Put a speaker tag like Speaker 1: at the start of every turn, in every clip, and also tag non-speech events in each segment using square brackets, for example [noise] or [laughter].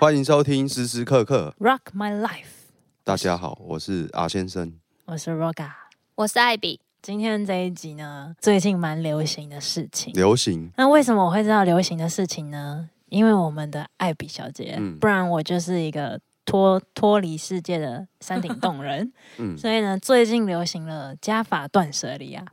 Speaker 1: 欢迎收听时时刻刻。
Speaker 2: Rock My Life，
Speaker 1: 大家好，我是阿先生。
Speaker 2: 我是 Roga。
Speaker 3: 我是艾比，
Speaker 2: 今天这一集呢，最近蛮流行的事情。
Speaker 1: 流行
Speaker 2: 那为什么我会知道流行的事情呢？因为我们的艾比小姐，
Speaker 1: 嗯
Speaker 2: 不然我就是一个脱脱离世界的山顶洞人。
Speaker 1: [laughs] 嗯
Speaker 2: 所以呢，最近流行了加法断舍离啊，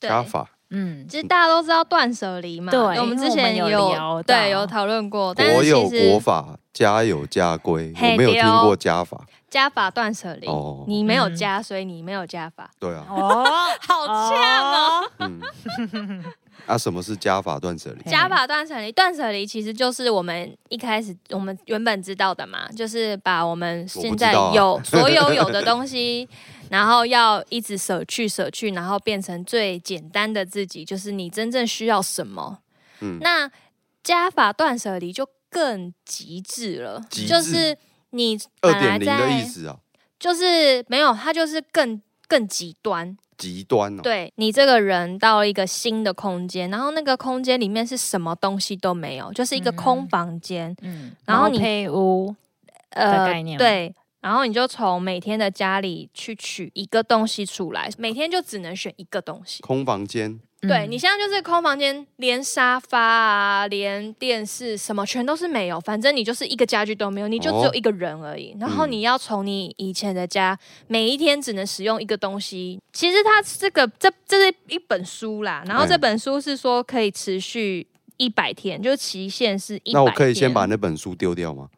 Speaker 3: 对
Speaker 1: 加法
Speaker 2: 嗯，
Speaker 3: 其实大家都知道断舍离嘛，
Speaker 2: 对
Speaker 3: 我们之前
Speaker 2: 因为我们有聊到
Speaker 3: 对有讨论过，哦但
Speaker 1: 国
Speaker 3: 是
Speaker 1: 有
Speaker 3: 其
Speaker 1: 国
Speaker 3: 实
Speaker 1: 法，家有家规。
Speaker 3: 嘿
Speaker 1: 我没有
Speaker 3: 对
Speaker 1: 听
Speaker 3: 哦
Speaker 1: 过加法。
Speaker 3: 加法断舍离
Speaker 1: 哦，
Speaker 3: 你没有加，所以你没有加法，
Speaker 1: 对啊，
Speaker 2: 哦，
Speaker 3: 嗯好呛哦。 [laughs]
Speaker 1: 嗯。啊，什么是加法断舍离？
Speaker 2: 嘿
Speaker 3: 加法断舍离，断舍离其实就是我们一开始我们原本知道的嘛，就是把我们
Speaker 1: 我不
Speaker 3: 现
Speaker 1: 知
Speaker 3: 在
Speaker 1: 道啊 [laughs]
Speaker 3: 有所有有的东西，然后要一直舍去舍去，然后变成最简单的自己，就是你真正需要什么。
Speaker 1: 嗯
Speaker 3: 那加法断舍离就更极致了，
Speaker 1: 极致
Speaker 3: 就是你
Speaker 1: 二
Speaker 3: 本来
Speaker 1: 点零的意
Speaker 3: 在
Speaker 1: 思啊，
Speaker 3: 就是没有，它就是更更极端。
Speaker 1: 极端哦。
Speaker 3: 对你这个人到一个新的空间，然后那个空间里面是什么东西都没有，就是一个空房间。
Speaker 2: 嗯，
Speaker 3: 然后你呃
Speaker 2: 配屋，的概念
Speaker 3: 对。然后你就从每天的家里去取一个东西出来，每天就只能选一个东西。
Speaker 1: 空房间，
Speaker 3: 对
Speaker 2: 嗯
Speaker 3: 你现在就是空房间，连沙发啊，连电视什么全都是没有，反正你就是一个家具都没有，你就只
Speaker 1: 哦
Speaker 3: 有一个人而已。然后
Speaker 1: 嗯
Speaker 3: 你要从你以前的家，每一天只能使用一个东西。其实它这个这这是一本书啦，然后
Speaker 1: 哎
Speaker 3: 这本书是说可以持续一百天，就是期限是一百。
Speaker 1: 那我可以先把那本书丢掉吗？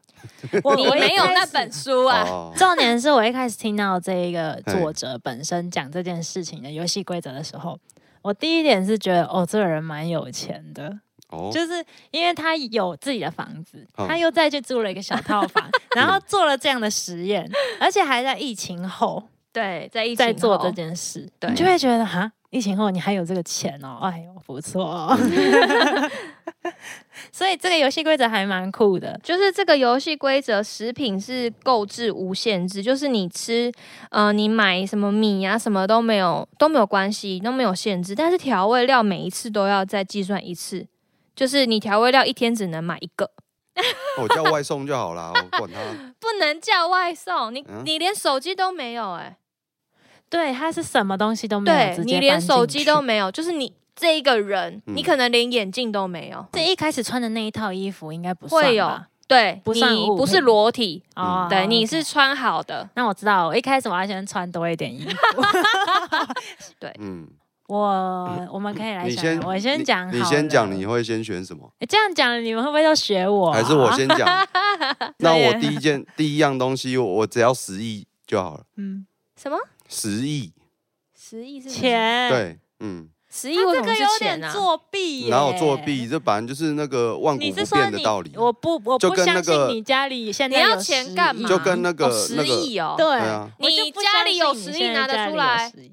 Speaker 2: 我
Speaker 3: 你
Speaker 2: 我一
Speaker 3: 没有
Speaker 2: 开
Speaker 3: 那
Speaker 2: 始
Speaker 3: 本书啊， [laughs]
Speaker 1: 哦，
Speaker 2: 重点是我一开始听到这一个作者本身讲这件事情的游戏规则的时
Speaker 3: [laughs]
Speaker 2: 候，我第一点是觉得哦，这个人蛮有钱的，
Speaker 1: 哦，
Speaker 2: 就是因为他有自己的房子，
Speaker 3: 哦
Speaker 1: 嗯
Speaker 2: 他又再去租了一个小套
Speaker 3: [laughs]
Speaker 2: 房，然后做了这样的实验，而且还在疫情后
Speaker 3: 对，在一起
Speaker 2: 在做
Speaker 3: 后
Speaker 2: 这件事，
Speaker 3: 对
Speaker 2: 你就会觉得哈，疫情后你还有这个钱哦，哎呦不错、
Speaker 3: [laughs]
Speaker 2: 哦，所以这个游戏规则还蛮酷的，
Speaker 3: 就是这个游戏规则，食品是购置无限制，就是你吃，呃，你买什么米啊，什么都没有都没有关系，都没有限制。但是调味料每一次都要再计算一次，就是你调味料一天只能买一个，
Speaker 1: 哦我叫外送就好啦，我管他。
Speaker 3: 不能叫外送。你、
Speaker 2: 啊
Speaker 1: 嗯
Speaker 3: 你连手机都没有、欸，
Speaker 2: 对，他是什么东西都没有
Speaker 3: 哎，
Speaker 2: 直接
Speaker 3: 对
Speaker 2: 搬进去，
Speaker 3: 你连手机都没有，就是你这一个人，
Speaker 1: 嗯
Speaker 3: 你可能连眼镜都没有。
Speaker 2: 这一开始穿的那一套衣服应该不算
Speaker 3: 会有
Speaker 1: 嗯
Speaker 2: 吧
Speaker 3: 对
Speaker 2: 不
Speaker 3: 你
Speaker 2: 算物
Speaker 3: 不是
Speaker 2: 品 [laughs]
Speaker 3: 裸体，
Speaker 2: 哦，
Speaker 3: 对，你
Speaker 2: OK
Speaker 3: 是穿好的，
Speaker 2: 那我知道，我一开始我要先穿多一点衣服。
Speaker 3: [laughs]
Speaker 1: 嗯，
Speaker 2: [laughs] 我我们可以来
Speaker 1: 你
Speaker 2: 想
Speaker 1: 先
Speaker 2: 想，，我先讲好
Speaker 1: 你
Speaker 2: 了
Speaker 1: 你先讲，你会先选什么？
Speaker 2: 诶这样讲你们会不会要学我？啊
Speaker 1: 还是我先讲？那
Speaker 2: 对
Speaker 1: 我
Speaker 2: 耶
Speaker 1: 第一件第一样东西，我我只要十亿就好了，
Speaker 2: 嗯
Speaker 3: 什么
Speaker 1: 十亿，
Speaker 3: 十亿是什么，
Speaker 2: 钱，
Speaker 1: 对，嗯，
Speaker 3: 十
Speaker 2: 他
Speaker 3: 亿为什
Speaker 2: 这
Speaker 3: 么
Speaker 2: 个
Speaker 3: 是
Speaker 2: 有
Speaker 3: 钱
Speaker 2: 点
Speaker 3: 啊？
Speaker 2: 作弊耶，
Speaker 1: 然后作弊，？这本来就是那个万古
Speaker 2: 你
Speaker 1: 不
Speaker 2: 是说
Speaker 1: 变的
Speaker 2: 你
Speaker 1: 道理，啊
Speaker 2: 我不我
Speaker 1: 就
Speaker 2: 不
Speaker 1: 跟那
Speaker 2: 相信
Speaker 1: 个
Speaker 2: 你家里现
Speaker 3: 你
Speaker 2: 在
Speaker 3: 要
Speaker 2: 有
Speaker 3: 钱
Speaker 2: 10
Speaker 3: 干
Speaker 2: 亿
Speaker 3: 嘛？
Speaker 1: 就跟那个
Speaker 3: 哦十亿
Speaker 2: 嗯
Speaker 3: 哦，
Speaker 2: 对
Speaker 1: 对啊
Speaker 2: 我就
Speaker 3: 你
Speaker 2: 不
Speaker 3: 家
Speaker 2: 相
Speaker 3: 里
Speaker 2: 信
Speaker 3: 有
Speaker 2: 你
Speaker 3: 10亿
Speaker 2: 现在
Speaker 3: 拿得
Speaker 2: 家里
Speaker 3: 出
Speaker 2: 有
Speaker 3: 来
Speaker 2: 10亿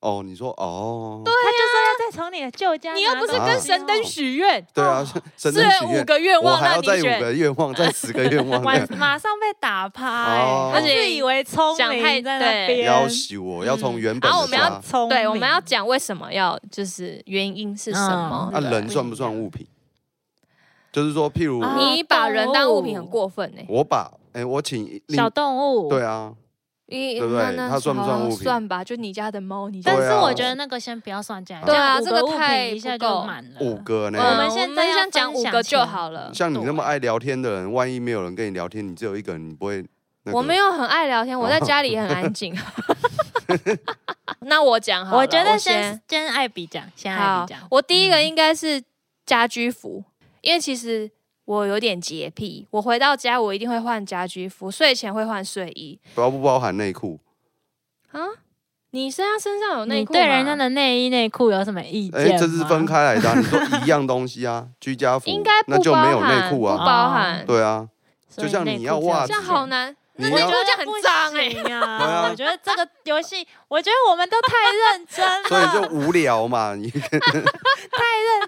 Speaker 1: 哦，你说哦，对
Speaker 2: 他就是要再从你的旧家拿
Speaker 3: 你
Speaker 2: 东西
Speaker 3: 又
Speaker 2: 哦，
Speaker 3: 不是跟神灯许愿，
Speaker 1: 啊，神
Speaker 3: 哦是
Speaker 1: 灯许
Speaker 3: 五
Speaker 1: 愿，
Speaker 3: 个愿
Speaker 1: 我
Speaker 3: 望
Speaker 1: 还
Speaker 3: 让
Speaker 1: 要
Speaker 3: 你
Speaker 1: 再五
Speaker 3: 选，
Speaker 1: 个愿望，再十个愿
Speaker 2: [laughs]
Speaker 1: 望，
Speaker 2: 晚马上被打趴、欸，
Speaker 1: 哦
Speaker 2: 他自以为聪
Speaker 3: 想太
Speaker 2: 明在那
Speaker 3: 对
Speaker 2: 边，
Speaker 1: 要修我，要从原本
Speaker 3: 然后
Speaker 1: 的
Speaker 3: 我们
Speaker 1: 家
Speaker 3: 要
Speaker 2: 想，聪明，
Speaker 3: 对，我们要讲为什么要就是原因是什
Speaker 2: 嗯。
Speaker 3: 么
Speaker 1: 那
Speaker 3: 对
Speaker 1: 啊人算不算物品？就是说，譬如
Speaker 2: 啊
Speaker 3: 你把人当物品很过分哎，
Speaker 1: 我把，哎，我请另
Speaker 2: 小动物，
Speaker 1: 对啊，
Speaker 3: 对
Speaker 1: 对不对它算不算物品
Speaker 3: 算吧，就你家的猫，你家
Speaker 2: 但
Speaker 3: 的
Speaker 2: 是
Speaker 1: 对啊
Speaker 2: 我觉得那个先不要算进来，
Speaker 3: 对啊
Speaker 2: 五
Speaker 3: 这个
Speaker 2: 物
Speaker 3: 太
Speaker 2: 品一下
Speaker 3: 不
Speaker 2: 就
Speaker 3: 够
Speaker 2: 满了。
Speaker 1: 五个呢
Speaker 3: 嗯，
Speaker 2: 我们现在要
Speaker 3: 像讲五个就好了。
Speaker 1: 像你那么
Speaker 2: 对
Speaker 1: 爱聊天的人，万一没有人跟你聊天，你只有一个人，你不会那个哦
Speaker 3: 我没有很爱聊天，我在家里也很
Speaker 1: [laughs]
Speaker 3: 安静。 [laughs] 那我讲好了，
Speaker 2: 我觉得
Speaker 3: 先
Speaker 2: 先先艾比讲，先艾
Speaker 3: 好
Speaker 2: 比讲，，
Speaker 3: 我第一个应该是家居服，因为其实我有点洁癖，我回到家我一定会换家居服，睡前会换睡衣
Speaker 1: 包不包含内裤？
Speaker 3: 啊。你身上身上有内
Speaker 2: 你
Speaker 3: 裤
Speaker 2: 对
Speaker 3: 吗
Speaker 2: 人家
Speaker 1: 嗯
Speaker 2: 的内衣内裤有什么意见
Speaker 1: 哎，
Speaker 2: 吗？
Speaker 1: 这是分开来的啊，你说一样东西啊，居家服
Speaker 3: [laughs] 应该不
Speaker 1: 那就
Speaker 3: 包
Speaker 1: 没
Speaker 3: 含，
Speaker 1: 有内裤
Speaker 3: 不
Speaker 1: 啊，
Speaker 3: 包
Speaker 2: 哦
Speaker 3: 含。
Speaker 1: 对啊，
Speaker 2: 所以
Speaker 1: 就像
Speaker 2: 内裤
Speaker 1: 你要袜
Speaker 3: 这
Speaker 1: 子
Speaker 2: 只有几
Speaker 3: 样
Speaker 2: 件
Speaker 3: 好难，那
Speaker 1: 你
Speaker 3: 就
Speaker 1: 要
Speaker 3: 这样很脏哎、
Speaker 2: 哎
Speaker 1: 对啊
Speaker 2: 呀！我觉得这个游戏，我觉得我们都太认真了，
Speaker 1: 所以就无聊嘛，
Speaker 3: [laughs]
Speaker 1: 你
Speaker 2: 认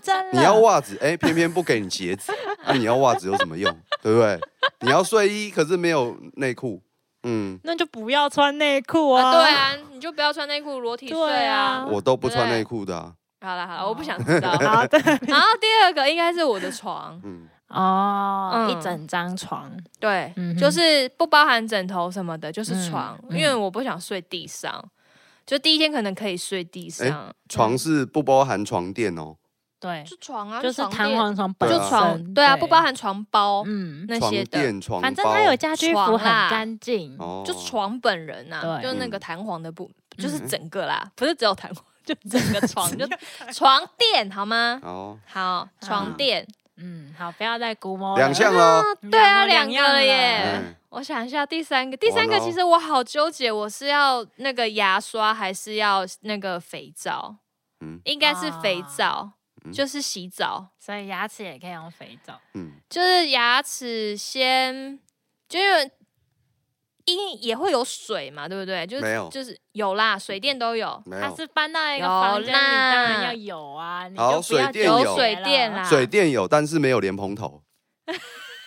Speaker 2: 真了。
Speaker 1: 你要袜子，哎、偏偏不给你鞋子， [laughs] 那、你要袜子有什么用？对不对？你要睡衣，可是没有内裤，嗯，
Speaker 2: 那就不要穿内裤
Speaker 3: 啊
Speaker 2: 啊！
Speaker 3: 对啊，你就不要穿内裤裸体睡
Speaker 2: 对
Speaker 3: 啊
Speaker 2: 啊。
Speaker 1: 我都不穿内裤的、啊， [laughs]
Speaker 3: 好了好了，我不想知道。
Speaker 2: 好的，
Speaker 3: 然后第二个应该是我的床，
Speaker 1: 嗯，
Speaker 2: 哦，
Speaker 3: 嗯
Speaker 2: 一整张床，
Speaker 3: 对，
Speaker 2: 嗯哼
Speaker 3: 就是不包含枕头什么的，就是床，
Speaker 2: 嗯嗯
Speaker 3: 因为我不想睡地上。就第一天可能可以睡地上，
Speaker 1: 床是不包含床垫哦，
Speaker 2: 对，
Speaker 3: 就床啊，
Speaker 2: 就是
Speaker 3: 床
Speaker 2: 弹
Speaker 3: 垫
Speaker 2: 簧床本
Speaker 3: 就
Speaker 2: 身，
Speaker 1: 啊
Speaker 3: 床，对啊，不包含床包
Speaker 2: 嗯，
Speaker 3: 那
Speaker 1: 床
Speaker 3: 些的，
Speaker 1: 垫、床包，
Speaker 2: 反正它有家居服
Speaker 3: 床
Speaker 2: 很
Speaker 3: 啦
Speaker 2: 干净，
Speaker 1: 哦
Speaker 3: 就是床本人呐，
Speaker 2: 对
Speaker 3: 就是那个弹簧的部，
Speaker 2: 嗯
Speaker 3: 就是整个啦，不是只有弹
Speaker 1: [laughs]
Speaker 3: 簧，就整个床，就床垫好吗？
Speaker 1: 哦，
Speaker 3: 好，床垫，
Speaker 2: 嗯，好，不要再估摸了
Speaker 1: 两项喽。
Speaker 3: 对啊，
Speaker 2: 两
Speaker 3: 两
Speaker 2: 个
Speaker 3: 个
Speaker 2: 了
Speaker 3: 了耶
Speaker 1: 嗯。
Speaker 3: 我想一下，第三个，第三个
Speaker 1: 完了
Speaker 3: 其实我好纠结，我是要那个牙刷还是要那个肥皂？
Speaker 1: 嗯
Speaker 3: 应该是肥皂，
Speaker 1: 嗯
Speaker 3: 就是洗澡，
Speaker 2: 所以牙齿也可以用肥皂，
Speaker 1: 嗯，
Speaker 3: 就是牙齿先，就是因也会有水嘛，对不对？就是
Speaker 1: 没有嗯
Speaker 3: 就是有啦，水电都有。
Speaker 1: 没
Speaker 2: 它
Speaker 1: 有
Speaker 2: 是搬到一个
Speaker 3: 有
Speaker 2: 房间里，
Speaker 3: 啦
Speaker 2: 当然要有啊，你
Speaker 1: 好
Speaker 2: 就不要
Speaker 1: 水电有
Speaker 2: 纠结
Speaker 3: 水
Speaker 2: 了
Speaker 3: 电啦
Speaker 1: 水电有，但是没有莲蓬头，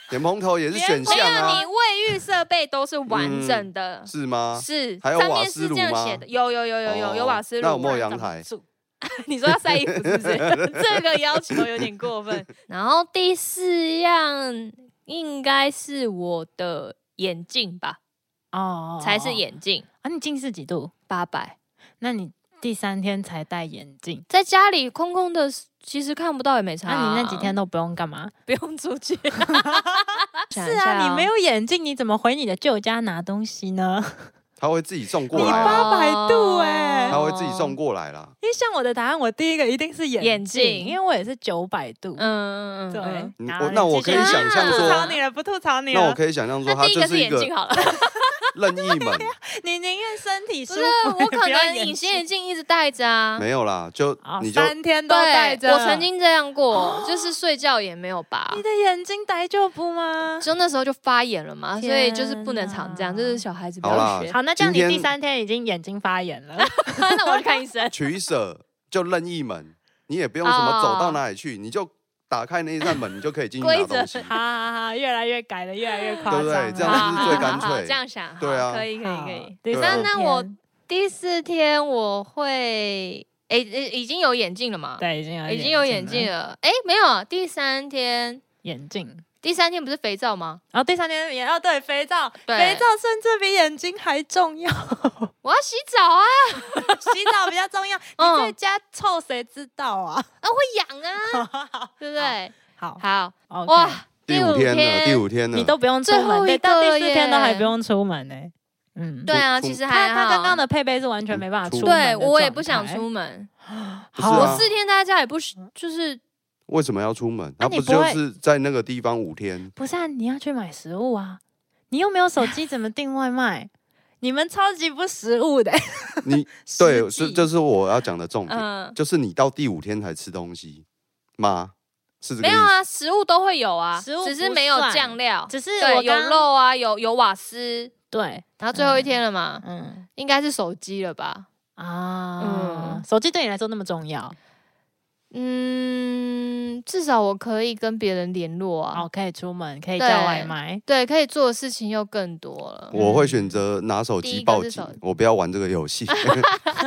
Speaker 1: 莲蓬头也是选项
Speaker 3: 那你
Speaker 1: 啊，嗯
Speaker 3: 卫浴设备都是完整的，
Speaker 1: 是吗？
Speaker 3: 是
Speaker 1: 还有
Speaker 3: 上
Speaker 1: 瓦
Speaker 3: 面
Speaker 1: 斯
Speaker 3: 是这样
Speaker 1: 炉吗
Speaker 3: 写的，有有有有有、
Speaker 1: 哦
Speaker 3: 有瓦斯炉，
Speaker 1: 那有没有
Speaker 3: 不然
Speaker 1: 阳
Speaker 3: 怎么
Speaker 1: 台
Speaker 2: 哦
Speaker 3: 住 [laughs] 你说要晒衣服是不是？
Speaker 1: [laughs]
Speaker 3: 这个要求有点过分。然后第四样应该是我的眼镜吧，
Speaker 2: 哦哦，哦
Speaker 3: 才是眼镜
Speaker 2: 啊，你近视几度？
Speaker 3: 八百。
Speaker 2: 那你第三天才戴眼镜，
Speaker 3: 在家里空空的，其实看不到也没差、啊
Speaker 2: 那啊你那几天都不用干嘛？
Speaker 3: 不用出
Speaker 2: [laughs]
Speaker 3: 去？
Speaker 2: 是啊，
Speaker 3: 哦
Speaker 2: 你没有眼镜，你怎么回你的舅家拿东西呢？
Speaker 1: 他会自己送过
Speaker 2: 你
Speaker 1: 来
Speaker 2: 爸
Speaker 1: 啊，
Speaker 2: 800度
Speaker 3: 哦
Speaker 2: 欸
Speaker 1: 他会自己送。过来啦。
Speaker 2: 因为像我的答案，我第一个一定是眼
Speaker 3: 眼
Speaker 2: 镜，
Speaker 3: 镜
Speaker 2: 因为我也是九百度。
Speaker 3: 嗯嗯嗯，
Speaker 2: 对
Speaker 3: 嗯，
Speaker 1: 嗯
Speaker 2: 然
Speaker 1: 我
Speaker 2: 后
Speaker 1: 那我
Speaker 2: 继
Speaker 1: 可
Speaker 2: 续
Speaker 1: 以
Speaker 2: 啊
Speaker 1: 想象
Speaker 2: 不
Speaker 1: 说
Speaker 2: 吵你了，不吐槽你
Speaker 1: 那我
Speaker 2: 了。
Speaker 1: 可以想象说，
Speaker 3: 那
Speaker 1: 他
Speaker 3: 第一
Speaker 1: 就
Speaker 3: 个
Speaker 1: 是
Speaker 3: 是
Speaker 1: 一
Speaker 3: 眼
Speaker 1: 个
Speaker 3: 镜好了，
Speaker 1: 任意门，
Speaker 2: 你宁愿身体舒
Speaker 3: 不
Speaker 2: 服
Speaker 3: 是， [laughs] 我
Speaker 2: 也
Speaker 3: 可
Speaker 2: 不要
Speaker 3: 能
Speaker 2: 眼
Speaker 3: 隐形
Speaker 2: 镜
Speaker 3: 眼镜一直戴着啊。
Speaker 1: 没有啦，就
Speaker 2: 哦
Speaker 1: 你就
Speaker 2: 三天都戴
Speaker 3: 对，
Speaker 2: 着。哦
Speaker 3: 我曾，经这样过，就是睡觉也没有拔
Speaker 2: 你，的眼睛呆就不
Speaker 3: [laughs]
Speaker 2: 吗？
Speaker 3: 就那时候就发炎了嘛，
Speaker 2: 天
Speaker 3: 所以就是不能常这样，
Speaker 2: 哪
Speaker 3: 就是小孩子不
Speaker 1: 好
Speaker 3: 要
Speaker 1: 啦
Speaker 3: 学。
Speaker 2: 好，那这样你
Speaker 1: 今天。
Speaker 2: 第三天已经眼睛发炎 [laughs] 了。
Speaker 3: [laughs] 那我去看医生
Speaker 1: 取舍，就任意门，你也不用什么走到哪里去，你就打开那一扇门，你就可以进去拿
Speaker 3: 规则
Speaker 1: 东西。
Speaker 2: [laughs] 好好好，越来越改的越来越夸
Speaker 1: 对
Speaker 2: 张
Speaker 1: 不
Speaker 2: 了。
Speaker 1: 对这样是最
Speaker 3: 好
Speaker 1: 干
Speaker 3: 好好
Speaker 1: 脆
Speaker 3: 这样想，好
Speaker 1: 对啊
Speaker 3: 可以可以
Speaker 2: 好
Speaker 3: 可以。
Speaker 1: 对
Speaker 2: 第三
Speaker 1: 啊
Speaker 3: 那
Speaker 2: 天
Speaker 3: 我第四天我会，诶，诶已经有眼镜了嘛？
Speaker 2: 对已经有
Speaker 3: 已经有眼镜
Speaker 2: 了
Speaker 3: 了。诶，没有，啊第三天，
Speaker 2: 眼镜。
Speaker 3: 第三天不是肥皂吗？
Speaker 2: 然后第三天也要对肥皂，
Speaker 3: 对
Speaker 2: 肥皂甚至比眼睛还重要，
Speaker 3: 我要洗澡啊，
Speaker 2: 洗澡比较重 [laughs] 要。你在
Speaker 3: 嗯
Speaker 2: 家臭谁知道啊？
Speaker 3: 啊会痒啊，
Speaker 2: [laughs]
Speaker 3: 对不对？
Speaker 2: 好，
Speaker 3: 好，
Speaker 2: 哇，
Speaker 3: 哇，
Speaker 1: 第五天了，第五天了，
Speaker 2: 你都不用出
Speaker 3: 最
Speaker 2: 门，
Speaker 3: 后
Speaker 2: 对，
Speaker 3: 一
Speaker 2: 到第
Speaker 3: 个
Speaker 2: 四天都还
Speaker 3: 耶
Speaker 2: 不用出门呢。嗯，
Speaker 3: 对啊，
Speaker 1: 出
Speaker 3: 其实还
Speaker 2: 他他
Speaker 3: 好。
Speaker 2: 刚刚的配备是完全没办法出
Speaker 1: 出
Speaker 2: 门
Speaker 3: 对
Speaker 2: 的
Speaker 3: 我也不
Speaker 2: 状
Speaker 3: 想
Speaker 2: 态
Speaker 3: 出门，
Speaker 1: 不是
Speaker 2: 好
Speaker 1: 啊
Speaker 3: 我四天待在家也不是就是
Speaker 1: 为什么要出门？
Speaker 2: 那
Speaker 1: 他
Speaker 2: 你
Speaker 1: 不
Speaker 2: 不
Speaker 1: 就
Speaker 2: 会
Speaker 1: 是在那个地方五天？
Speaker 2: 不是啊，你要去买食物啊，你又没有手机，怎么订外卖？你们超级不食物的、 [laughs]
Speaker 1: 你
Speaker 2: 实
Speaker 1: 对，是
Speaker 2: 际
Speaker 1: 这是我要讲的重点，
Speaker 3: 嗯，
Speaker 1: 就是你到第五天才吃东西吗？是这个
Speaker 3: 没
Speaker 1: 意
Speaker 3: 有
Speaker 1: 思？
Speaker 3: 啊，食物都会有啊，
Speaker 2: 食物
Speaker 3: 只是
Speaker 2: 不
Speaker 3: 没有
Speaker 2: 算
Speaker 3: 酱料，
Speaker 2: 只是
Speaker 3: 对，
Speaker 2: 我
Speaker 3: 有
Speaker 2: 刚
Speaker 3: 肉啊，有有瓦斯，
Speaker 2: 对，
Speaker 3: 然后最后一天了嘛，
Speaker 2: 嗯
Speaker 3: 应该是手机了吧？
Speaker 2: 啊，
Speaker 3: 嗯
Speaker 2: 手机对你来说那么重要，
Speaker 3: 嗯，至少我可以跟别人联络啊。
Speaker 2: 哦，可以出门，可以叫
Speaker 3: 对
Speaker 2: 外卖，
Speaker 3: 对，可以做的事情又更多了。
Speaker 1: 我会选择拿手
Speaker 3: 嗯第一
Speaker 1: 机
Speaker 3: 个
Speaker 1: 报
Speaker 3: 是
Speaker 1: 警
Speaker 3: 手机，
Speaker 1: 我不要玩这个游
Speaker 3: [laughs]
Speaker 1: 戏。